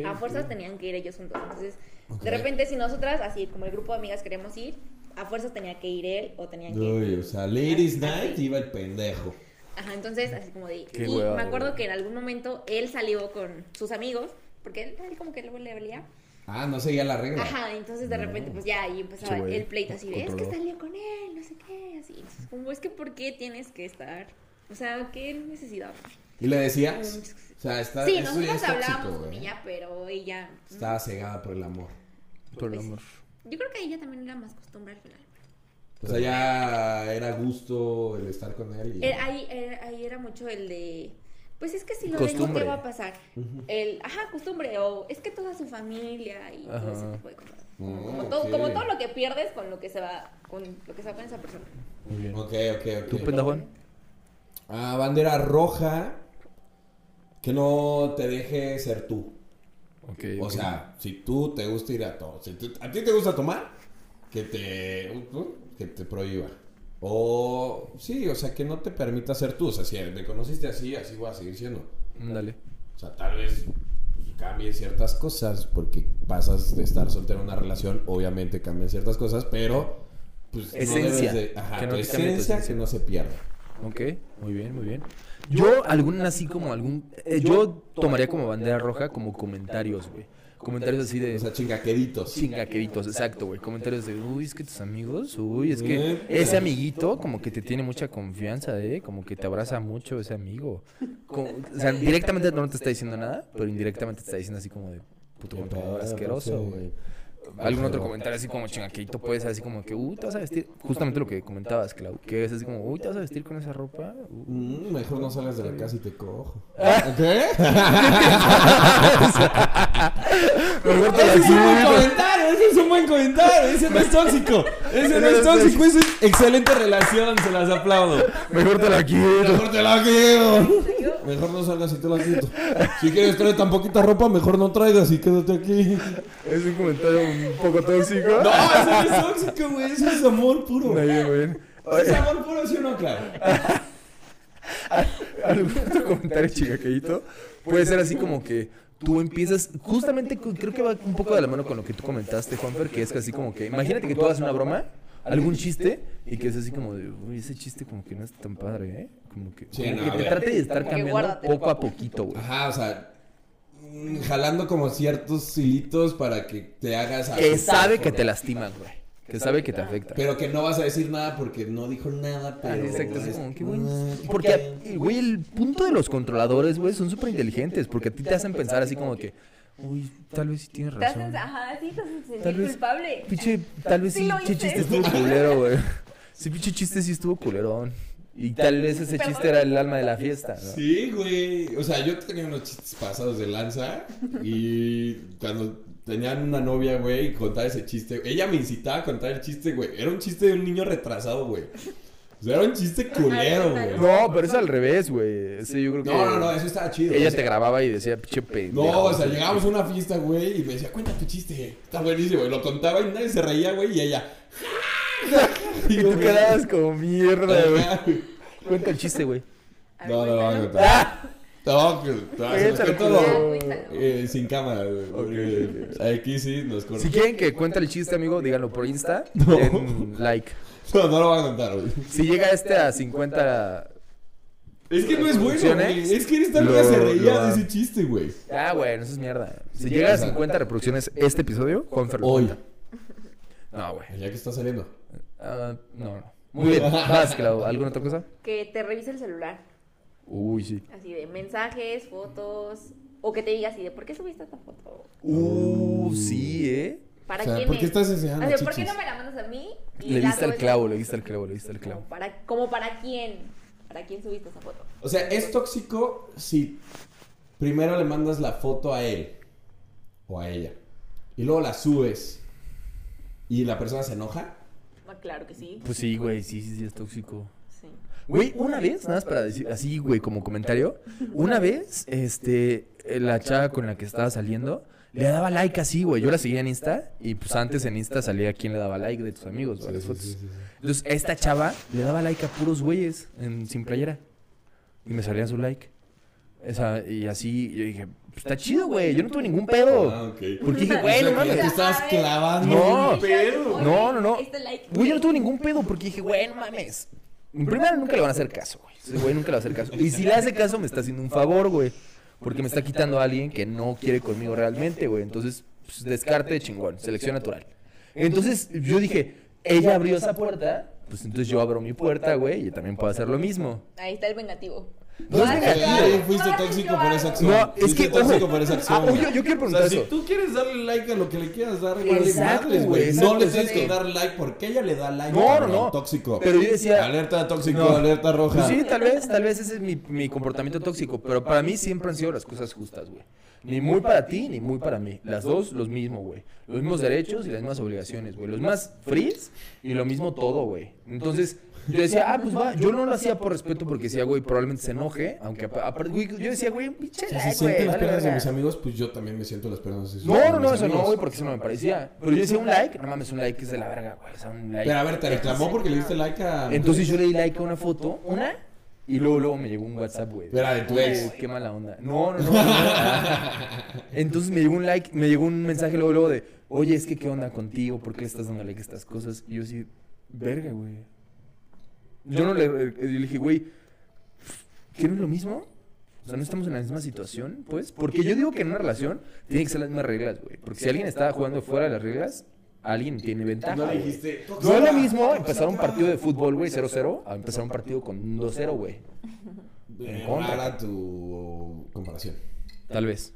a fuerzas tenían que ir ellos juntos. Entonces, de repente, si nosotras, así como el grupo de amigas queremos ir, a fuerzas tenía que ir él o tenían que ir Uy, o sea, Ladies Night iba el pendejo. Ajá, entonces, así como de... Qué y hueva, me acuerdo güey. que en algún momento él salió con sus amigos, porque él, él como que luego le valía. Ah, no seguía la regla. Ajá, entonces de repente, pues ya, y empezaba Sí, güey, el pleito así de, es que controló. salió con él, no sé qué, así. Entonces, como, es que ¿por qué tienes que estar? O sea, ¿qué necesidad? ¿Y le decías? O sea, está, sí, eso ya nosotros es tóxico, hablábamos con güey. ella, pero ella... no. Estaba cegada por el amor. Por pues. el amor. Yo creo que ella también era más costumbre al final. O sea, ya era gusto el estar con él. Y... Eh, ahí, eh, ahí era mucho el de. Pues es que si lo dejo, Costumbre. ¿qué va a pasar? El, ajá, costumbre, o es que toda su familia y todo ese Ajá. tipo de cosas. Mm, como, todo, ok. como todo lo que pierdes con lo que se va, con lo que se va con esa persona. Muy bien. Ok, ok, ok. ¿Tú, pendejón? Ah, bandera roja. Que no te deje ser tú. Ok. O sea, si tú te gusta ir a todo. Si tú- a ti te gusta tomar, que te, que te prohíba. O sí, o sea, que no te permita ser tú. O sea, si me conociste así, así voy a seguir siendo. Dale. O sea, tal vez pues, cambien ciertas cosas porque pasas de estar soltero a una relación, obviamente cambian ciertas cosas, pero pues no Esencia. debes de- ajá, Que no tu te cambie tu esencia que esencia. no se pierda. Ok, muy bien, muy bien. Yo, algún así como algún. eh, yo tomaría como bandera roja como comentarios, güey. Comentarios así O sea, de. chingaqueditos. Chingaqueritos, exacto, güey. Comentarios de, uy, es que tus amigos, uy, es que Eh. ese amiguito como que te tiene mucha confianza, ¿eh? Como que te abraza mucho ese amigo. Como- o sea, directamente no te está diciendo nada, pero indirectamente te está diciendo así como de, puto contador asqueroso, güey. Algún otro comentario así como chingaquito puede ser así como que, uy, te vas a vestir. Justamente lo que comentabas, Clau, que es así como, uy, te vas a vestir con esa ropa. Uh. Mm, mejor no salgas de la casa y te cojo. Mejor te Ese es un buen las- comentario, ese es un buen comentario, ese no es tóxico, ese no es tóxico, es excelente relación, se las aplaudo. Mejor te la quiero. Mejor te la quedo. Mejor no salgas y te la quito. Si quieres traer tan poquita ropa, mejor no traigas y quédate aquí. Es un comentario un poco tóxico. No, eso no es tóxico, güey, eso es amor puro. Nadie, güey. Es amor puro, sí o no, claro. algún otro comentario chicaqueíto puede ser así como que tú empiezas, justamente cu- creo que va un poco de la mano con lo que tú comentaste, Juanfer, que es que así como que, imagínate que tú hagas una broma, algún chiste, y que es así como de, uy, ese chiste como que no está tan padre, ¿eh? Como que, Sí, como no, Ah, que a te ver. trate de estar Como que cambiando guárdatelo poco a poco a poquito, güey. Ajá, o sea, mm, jalando como ciertos hilitos para que te hagas algo. Que sabe que te lastiman, güey. Que sabe que te afecta. Pero que no vas a decir nada porque no dijo nada, Ah, pero... Exacto, así como, qué Ah, buen- qué Porque, güey, el punto de los controladores, güey, son súper inteligentes. Porque a ti te hacen pensar así como que, uy, tal vez sí tienes Te haces, razón. ajá, sí, te haces Tal sentir vez- culpable. Pinche, tal vez Sí sí, lo pinche hice. chiste estuvo culero, güey. Sí, pinche chiste sí estuvo culerón. Y tal vez ese chiste era el alma de la fiesta, ¿no? Sí, güey. O sea, yo tenía unos chistes pasados de lanza y cuando tenían una novia, güey, y contaba ese chiste, ella me incitaba a contar el chiste, güey. Era un chiste de un niño retrasado, güey. O sea, era un chiste culero, güey. No, pero es al revés, güey. Ese yo creo que. No, no, no, eso estaba chido. Ella O sea, te grababa y decía, pinche pendejo. No, o sea, llegábamos a una fiesta, güey, y me decía, cuenta tu chiste, está buenísimo. Y lo contaba y nadie se reía, güey, y ella... Y tú quedabas como mierda, güey. Ajá, güey. Cuenta el chiste, güey. Ah, A ver, No, no, no, cuéntalo. no. No, que- Ah, no, se los Cuéntalo, cuento culo. lo- Ya, cuéntalo. eh, sin cámara, güey. porque Aquí sí nos cortó. Si quieren que cuente el chiste, amigo, díganlo por Insta. No. Den like. No, no lo van a contar, güey. Si llega este a 50. Es que no es bueno, ¿Funciona? güey. Es que esta Lo- niña se reía lo- de ese chiste, güey. Ah, güey, eso es mierda. Si llega a 50 reproducciones este episodio, Juanfer. lo Hoy. cuenta. No, güey. Ya que está saliendo. Ah, no, no. Muy bien, vas, Clau. ¿Alguna otra cosa? Que te revise el celular. Uy, sí. Así de mensajes, fotos. O que te diga así de ¿por qué subiste esta foto? Uh, sí, ¿eh? ¿Para O sea, quién ¿por qué es? estás enseñando O sea, ¿por qué chichis? no me la mandas a mí? Le la diste al subes clavo, a- le diste al clavo, le diste al clavo. Como para, como para quién. ¿Para quién subiste esa foto? O sea, es tóxico si primero le mandas la foto a él o a ella y luego la subes y la persona se enoja. Ah, claro que sí. Pues sí, güey, sí, sí, sí, es tóxico. sí. Güey, una vez, nada más para decir así, güey, como comentario. Una vez, este, eh, la chava con la que estaba saliendo le daba like así, güey. Yo la seguía en Insta y pues antes en Insta salía quién le daba like de tus amigos, güey, a las fotos. Entonces, esta chava le daba like a puros güeyes en- sin playera. Y me salía su like. Esa, y así, yo dije, "Pues, está chido, güey. Yo no tuve ningún Ah, pedo. ok. Porque dije, O güey, sea, no que ya mames. te estabas clavando. No. Oye, Pero- oye, No, no, no. este like- Güey, yo no tuve ningún pedo porque dije, güey, no mames. En primera, nunca le van a hacer caso, güey. Ese güey nunca le va a hacer caso. Y si le hace caso, me está haciendo un favor, güey. Porque me está quitando a alguien que no quiere conmigo realmente, güey. Entonces, pues, descarte de chingón, selección natural. Entonces, yo dije, ella abrió esa puerta, pues entonces yo abro mi puerta, güey, y también puedo hacer lo mismo. Ahí está el vengativo. Ah, No es Ay, negativo. ay, Fuiste ay, tóxico yo por esa amo. acción. No, es Fuiste que, tóxico ojo, por esa ah, acción. oye, yo quiero O preguntar sea, si eso. tú quieres darle like a lo que le quieras dar, vale Exacto, madres, güey, güey. exacto, No le tienes que exacto. dar like porque ella le da like. No, cabrón, no, no. Tóxico. Pero yo decía- Alerta tóxico, No. alerta roja. Eh, Pues sí, tal vez, tal vez ese es mi, mi comportamiento tóxico, pero para mí siempre han sido las cosas justas, güey. Ni muy para ti, ni muy para mí. Las dos, los mismos, güey. Los mismos derechos y las mismas obligaciones, güey. Los más frees y lo mismo todo, güey. Entonces, Yo decía, ah, pues va, yo no lo hacía por respeto porque decía, güey, probablemente se enoje. Aunque, apa- aparte, güey, yo decía, güey, Si pinche, se like, sienten güey. las vale piernas de verga". mis amigos, pues yo también me siento las piernas de sus No, no, mis no, eso no, amigos. güey, porque eso no me parecía. Pero yo decía un like, no mames, un like es de la verga, güey. O sea, un like. Pero a ver, te reclamó porque le diste like a. Entonces yo le di like a una foto, una, y luego, luego me llegó un WhatsApp, güey. Era de tu Güey, ex. Qué mala onda. No, no, no. no. Entonces me llegó un like, me llegó un mensaje luego, luego de, oye, es que qué onda contigo, por qué le estás dando like a estas cosas. Y yo así, verga, güey. Yo no le, eh, le dije, güey, ¿qué no es lo mismo? O sea, no estamos en la misma situación, pues. Porque yo digo que en una relación tiene que ser las mismas reglas, güey. Porque si alguien está jugando fuera de las reglas, alguien tiene ventaja. No le güey. dijiste. No es lo mismo empezar un partido de fútbol, güey, 0-0, a empezar un partido con un 2-0, güey. En En contra. tu comparación. Tal vez.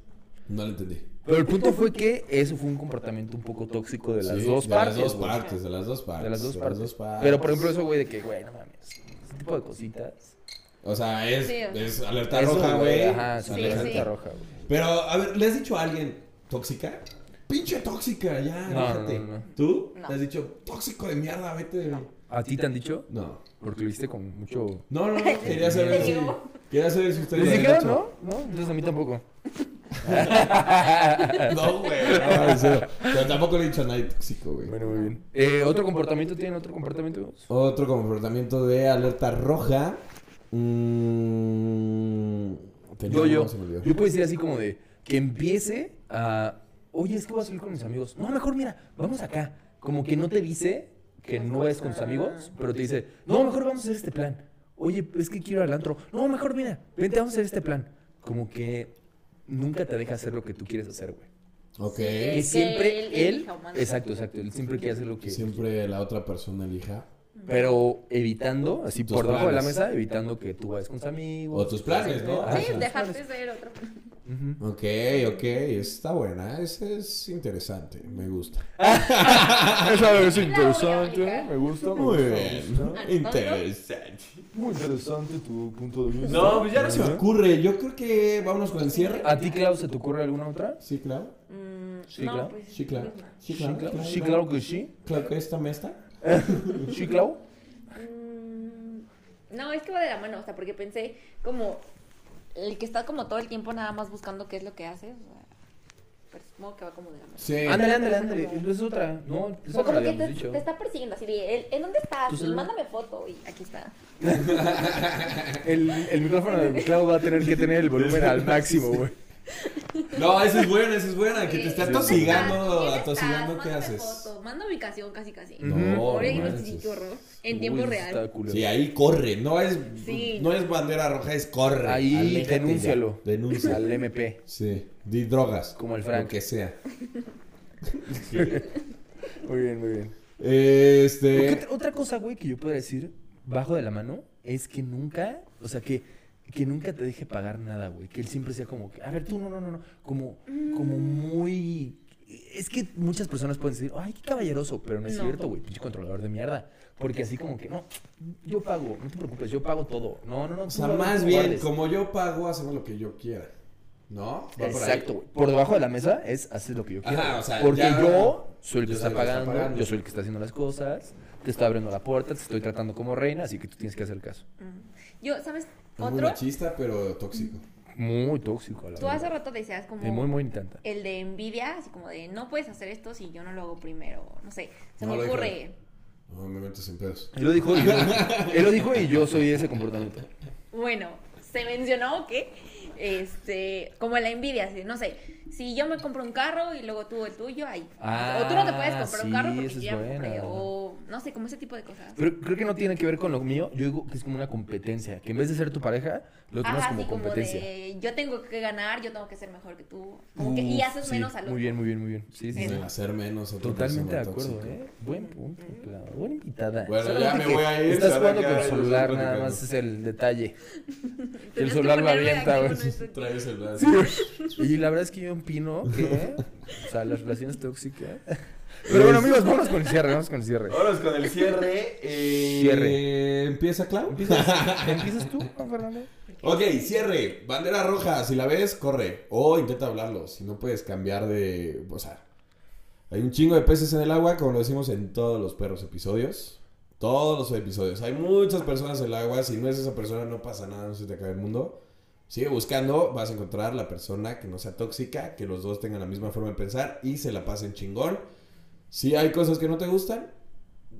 No lo entendí. Pero el punto fue que eso fue un comportamiento un poco tóxico de las Sí, dos de partes. las dos güey. partes, de las dos partes. De las dos partes. partes. Pero por ejemplo, eso, güey, de que, güey, no mames. Ese tipo de cositas. O sea, es, Sí, o sea. es alerta Eso, roja, güey. Ajá, sí, Sí, la sí. tarjeta roja, güey. Pero, a ver, ¿le has dicho a alguien tóxica? Pinche tóxica, ya, No, déjate. no, no, no. ¿Tú? No. ¿Le has dicho tóxico de mierda, vete? No. ¿A ti te han dicho? No, Porque lo viste con mucho. no, no, quería saber Te si. llegó. Quería saber si ustedes. ¿Les le han dijeron, dicho. no? No, entonces a mí tampoco. No, güey. No, Ah, en serio. Pero tampoco le he dicho a nadie tóxico, güey. Bueno, muy bien. Eh, ¿Otro comportamiento tienen? ¿Otro comportamiento? Otro comportamiento de alerta roja. Mm, tenía Yo, uno, yo. se me olvidó. Yo puedo decir así como de que empiece a. Oye, es que voy a salir con mis amigos. No, mejor mira, vamos acá. Como que no te dice que no vayas con tus amigos, pero te dice, no, mejor vamos a hacer este plan. Oye, es que quiero ir al antro. No, mejor mira, vente, vamos a hacer este plan. Como que nunca te deja hacer lo que tú quieres hacer, güey. Ok. Sí. Que Es que siempre él él. elija o manda. Exacto, exacto. Él siempre quiere hacer lo que. Siempre la otra persona elija. Pero evitando, así Tus por debajo de la planes. mesa, evitando que tú vayas con tus amigos. O tus planes, ¿no? Ajá. Sí, dejarte ser otro. Ujú. Ok, ok. Está buena. Ese es interesante. Me gusta. Esa Ah, es interesante, ¿eh? Me gusta, Muy bien. ¿no? Interesante. Muy interesante tu punto de vista. No, pues ya no se me ocurre. Yo creo que vámonos con el cierre. ¿A ti, Clau, se te ocurre alguna otra? Sí, claro. Mm, Sí, no, claro. pues, Sí, claro. pues, no. Sí, claro. Sí, claro que sí. Claro que esta mesta. Sí, Clau. Mm, no, es que va de la mano, o sea, porque pensé como el que está como todo el tiempo nada más buscando qué es lo que haces. O sea, pero supongo que va como de la mano. Sí. Ándale, ándale, ándale. Es otra. No, es O otra. como que habíamos te, dicho. te está persiguiendo así de, "¿En- ¿en dónde estás? ¿Tu Y celular? mándame foto y aquí está. El, el micrófono de Clau va a tener que tener el volumen al máximo, güey. No, esa es buena, esa es buena. Que te está estás atosigando. Atosigando, ¿qué haces? Foto, manda ubicación casi casi. No, Pobre, no no manches. sí, qué horror. En tiempo Uy, real. Está culero. Sí, ahí corre, no es, Sí. no es bandera roja, es corre. Ahí Aléjate ya. denúncialo. Denúncialo. Al MP. Sí, di drogas. Como el Frank. Lo que sea. Muy bien, muy bien. Porque Este. otra, otra cosa, güey, que yo puedo decir bajo de la mano es que nunca, o sea, que, que nunca te deje pagar nada, güey. Que él siempre sea como, que, a ver, tú no, no, no, no. Como, como muy. Es que muchas personas pueden decir, ay, qué caballeroso, pero no es No. cierto, güey, pinche controlador de mierda. Porque así como que, no, yo pago, no te preocupes, yo pago todo. No, no, no. O tú sea, guardas, más tú bien, guardes. como yo pago, hacemos lo que yo quiera. ¿No? Va por ahí. Exacto, güey. Por debajo de la mesa es haces lo que yo quiero. Ajá, güey. o sea, Porque ya- yo soy el que yo está soy el que está pagando, pagando. yo soy el que está haciendo las cosas, te estoy abriendo la puerta, te estoy tratando como reina, así que tú tienes que hacer caso. Yo, ¿sabes? Es muy Otro, machista, pero tóxico. Muy tóxico, a la tú verdad. hace rato decías como... Y muy, muy intenta. el de envidia, así como de no puedes hacer esto si yo no lo hago primero, no sé, se No lo me dejo. ocurre. No me meto sin pedos. Él lo dijo eh, y yo, él lo dijo y yo soy de ese comportamiento. Bueno, se mencionó que este, como la envidia, así, no sé, si yo me compro un carro y luego tú el tuyo, ahí. Ah, o tú no te puedes comprar sí, un carro esa porque es yo ya me compré, buena. o no sé, como ese tipo de cosas. Pero creo que no tiene que ver con lo mío. Yo digo que es como una competencia. Que en vez de ser tu pareja, lo tomas Ajá, como así como competencia. de yo tengo que ganar, yo tengo que ser mejor que tú. Como que, y Uf, haces sí, menos al otro. Muy bien, muy bien, muy bien. Sí, sí, sí. Sin hacer menos. a otra Totalmente de persona acuerdo, tóxica. ¿eh? Buen punto, Clau. Buena invitada. Bueno, Solamente ya me que voy a ir, Estás ya jugando de con acá el ya celular, estoy nada platicando. más es el detalle. El Tenías que celular lo ponerme avienta, aquí güey. uno de estos. Traes el brazo. Y la verdad es que yo opino que, o sea, las relaciones tóxicas. Pero bueno, amigos, vámonos con el cierre, vamos con el cierre. Vámonos con el cierre. eh, Cierre. Eh, ¿Empieza Clau? ¿Empiezas tú, Juan Fernando? Ok, cierre. Bandera roja. Si la ves, corre. O intenta hablarlo. Si no puedes cambiar de. O sea, hay un chingo de peces en el agua, como lo decimos en todos los perros episodios. Todos los episodios. Hay muchas personas en el agua. Si no es esa persona, no pasa nada, no se te acaba el mundo. Sigue buscando, vas a encontrar la persona que no sea tóxica, que los dos tengan la misma forma de pensar y se la pasen chingón. Si hay cosas que no te gustan,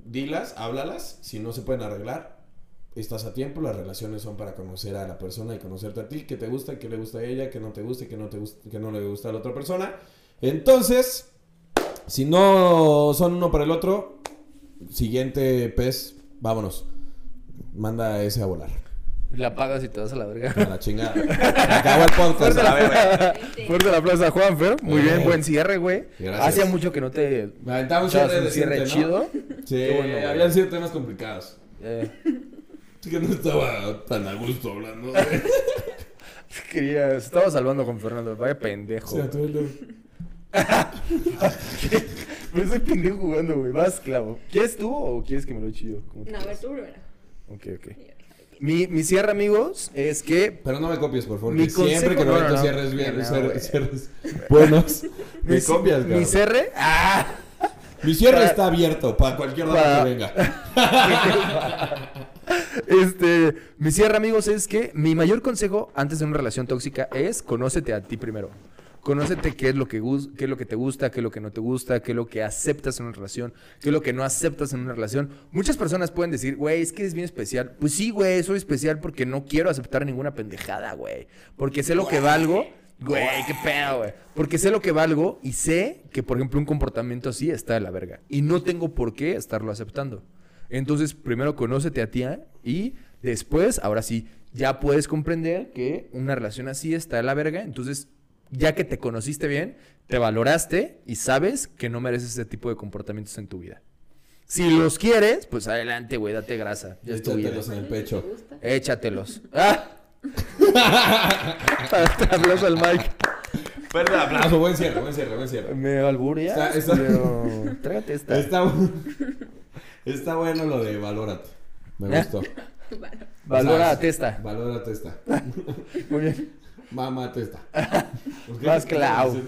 dilas, háblalas. Si no se pueden arreglar, estás a tiempo. Las relaciones son para conocer a la persona y conocerte a ti, que te gusta, que le gusta a ella, que no te gusta y que no, te gusta, que no le gusta a la otra persona. Entonces, si no son uno para el otro, siguiente pez, vámonos. Manda ese a volar. La pagas y te vas a la verga. A la chingada. Acabó el podcast. Fuerte la, Este, Fuerte la plaza, Juanfer. Muy bien, Eh. buen cierre, güey. Gracias. Hacía mucho que no te Me aventaba un echabas cierre un cierre decente, ¿no? chido. Sí, Qué bueno, güey. habían sido temas complicados. Eh, Así que no estaba tan a gusto hablando. quería, se estaba salvando con Fernando. Vaya pendejo. Sí, a todo el- Pero soy pendejo jugando, güey. Vas, clavo. ¿Quieres tú o quieres que me lo chido? Como tú No, a ver, quieras. tú primero. Ok, ok. Mi, mi cierre, amigos, es que Pero no me copies, por favor. Mi que siempre consejo- que no, lo meto no, no. cierres bien, No, güey. cierres, cierres buenos. me Mi- copias, Mi cabrón. cierre. ¡Ah! Mi cierre para- está abierto para cualquier dato para- que venga. Este, mi cierre, amigos, es que mi mayor consejo antes de una relación tóxica es conócete a ti primero. Conócete qué es lo que gus- qué es lo que te gusta, qué es lo que no te gusta, qué es lo que aceptas en una relación, qué es lo que no aceptas en una relación. Muchas personas pueden decir, güey, es que es bien especial. Pues sí, güey, soy especial porque no quiero aceptar ninguna pendejada, güey. Porque sé lo que valgo. Güey, qué pedo, güey. Porque sé lo que valgo y sé que, por ejemplo, un comportamiento así está de la verga. Y no tengo por qué estarlo aceptando. Entonces, primero conócete a ti ¿eh? y después, ahora sí, ya puedes comprender que una relación así está de la verga. Entonces, ya que te conociste bien, te valoraste y sabes que no mereces ese tipo de comportamientos en tu vida. Si los quieres, pues adelante, güey, date grasa. Ya es tu vida. Échatelos en el ¿Te pecho. gusta? Échatelos. ¡Ah! Aplauso al Mike. Fuerte la plaza. Aplauso, buen cierre, buen cierre, buen cierre. Me alburia. Está- está- Pero... Trágate esta. Está, bu- está bueno lo de valórate. Me ¿Eh? gustó. Bueno, Valórate esta. Valórate esta. Muy bien. Mámate esta. ¿Por qué? Vas, Clau.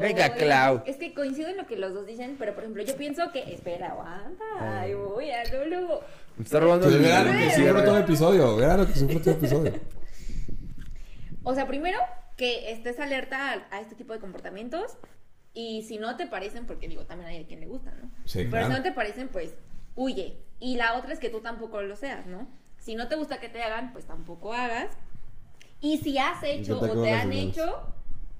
Venga, oye, Clau. Es que coincido en lo que los dos dicen, pero por ejemplo, yo pienso que. Espera, aguanta. Ay, voy a luego, luego. Me está robando Pues el- vean lo el que cierre. sufrió todo el episodio. Vean lo que sufrió todo el episodio. O sea, primero que estés alerta a, a este tipo de comportamientos y si no te parecen, porque digo, también hay a quien le gusta, ¿no? Sí, Pero claro. si no te parecen, pues huye. Y la otra es que tú tampoco lo seas, ¿no? Si no te gusta que te hagan, pues tampoco hagas. Y si has hecho te o acaban te las han señales. hecho,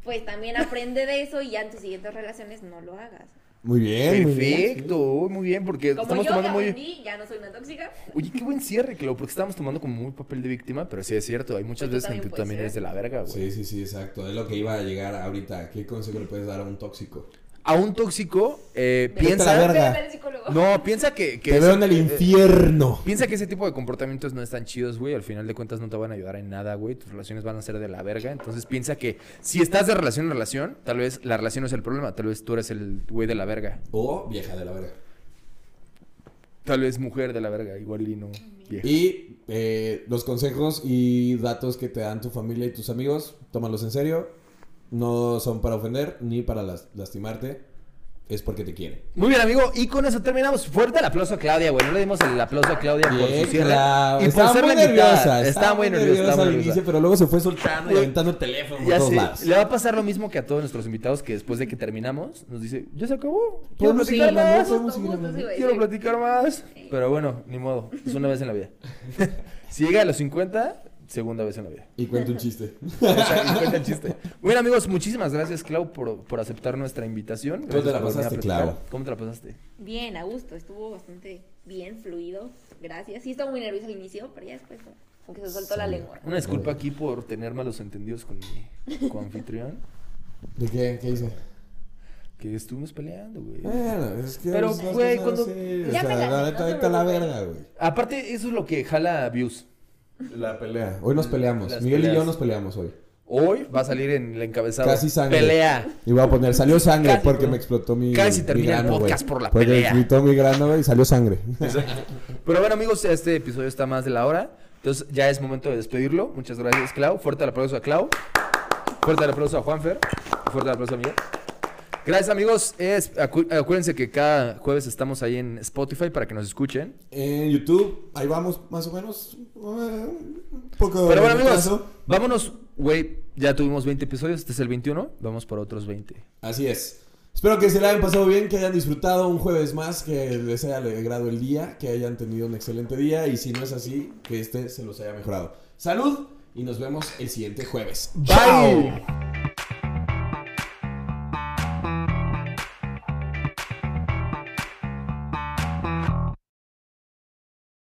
pues también aprende de eso y ya en tus siguientes relaciones no lo hagas. Muy bien, muy bien. Perfecto, uy, muy bien, porque Como Eh, estamos yo que tomando muy... aprendí, ya no soy una tóxica. Oye, qué buen cierre, Clau, porque estábamos tomando como muy papel de víctima, pero sí es cierto, hay muchas Pues tú veces en que también tú puedes también ser. eres de la verga, Sí, güey. sí, sí, exacto. Es lo que iba a llegar ahorita. ¿Qué consejo le puedes dar a un tóxico? A un tóxico, eh, Vete a la piensa... verga. Pero ve al psicólogo. No, piensa que... que Te es- veo en el eh, infierno. Piensa que ese tipo de comportamientos no están chidos, güey. Al final de cuentas no te van a ayudar en nada, güey. Tus relaciones van a ser de la verga. Entonces piensa que si estás de relación en relación, tal vez la relación no es el problema. Tal vez tú eres el güey de la verga. O vieja de la verga. Tal vez mujer de la verga. Igual y no vieja. Y eh, los consejos y datos que te dan tu familia y tus amigos, tómalos en serio. No son para ofender ni para las- lastimarte. Es porque te quieren. Muy bien, amigo. Y con eso terminamos. Fuerte el aplauso a Claudia, güey. No le dimos el aplauso a Claudia por Bien, su cierre. Clau. Y por Estaba ser muy la invitada. nerviosa. Estaba estaba muy nerviosa. estaba al muy nerviosa. inicio, pero luego se fue soltando y Güey, aventando el teléfono por Ya todos sé, lados. le va a pasar lo mismo que a todos nuestros invitados que después de que terminamos nos dice, ya se acabó, quiero Podemos seguir platicar hablando, más, podemos Justo, seguir justo, hablando. sí, güey, quiero sí. platicar más. Pero bueno, ni modo, es una vez en la vida. Si llega a los 50, segunda vez en la vida. Y cuenta un chiste. Esa- cuenta el chiste. Bueno amigos, muchísimas gracias Clau por, por aceptar nuestra invitación. ¿Cómo te la Gracias por venir a pasaste, platicar. Clau? ¿Cómo te la pasaste? Bien, a gusto, estuvo bastante bien fluido. Gracias. Sí, estaba muy nerviosa al inicio, pero ya después, como como que se soltó la Sí. lengua. Una disculpa aquí por tener malos entendidos con mi anfitrión. ¿De qué? ¿Qué hice? Que estuvimos peleando, güey. Bueno, es que. Pero, las güey, cosas cuando- así, o Ya me sea, la la- no neta, te ahorita la preocupes. verga, güey. Aparte, eso es lo que jala views. La pelea. Hoy nos peleamos. Las Miguel y yo peleas. nos peleamos hoy. Hoy va a salir en el encabezado. Casi sangre. Pelea. Y voy a poner, salió sangre Casi, porque bro. me explotó mi. Casi mi termina el güey. podcast por la Porque pelea. Me explotó mi grano, güey, y salió sangre. Pero bueno, amigos, este episodio está más de la hora. Entonces ya es momento de despedirlo. Muchas gracias, Clau. Fuerte el aplauso a Clau. Fuerte el aplauso a Juanfer. Fuerte el aplauso a Miguel. Gracias, amigos. Es- acu- acuérdense que cada jueves estamos ahí en Spotify para que nos escuchen. En YouTube, ahí vamos más o menos. eh, Un poco Pero bueno, de amigos, retraso. vámonos, güey. Ya tuvimos 20 episodios, este es el 21. Vamos por otros 20. Así es. Espero que se la hayan pasado bien, que hayan disfrutado un jueves más, que les haya alegrado el día, que hayan tenido un excelente día y si no es así, que este se los haya mejorado. Salud y nos vemos el siguiente jueves. Bye.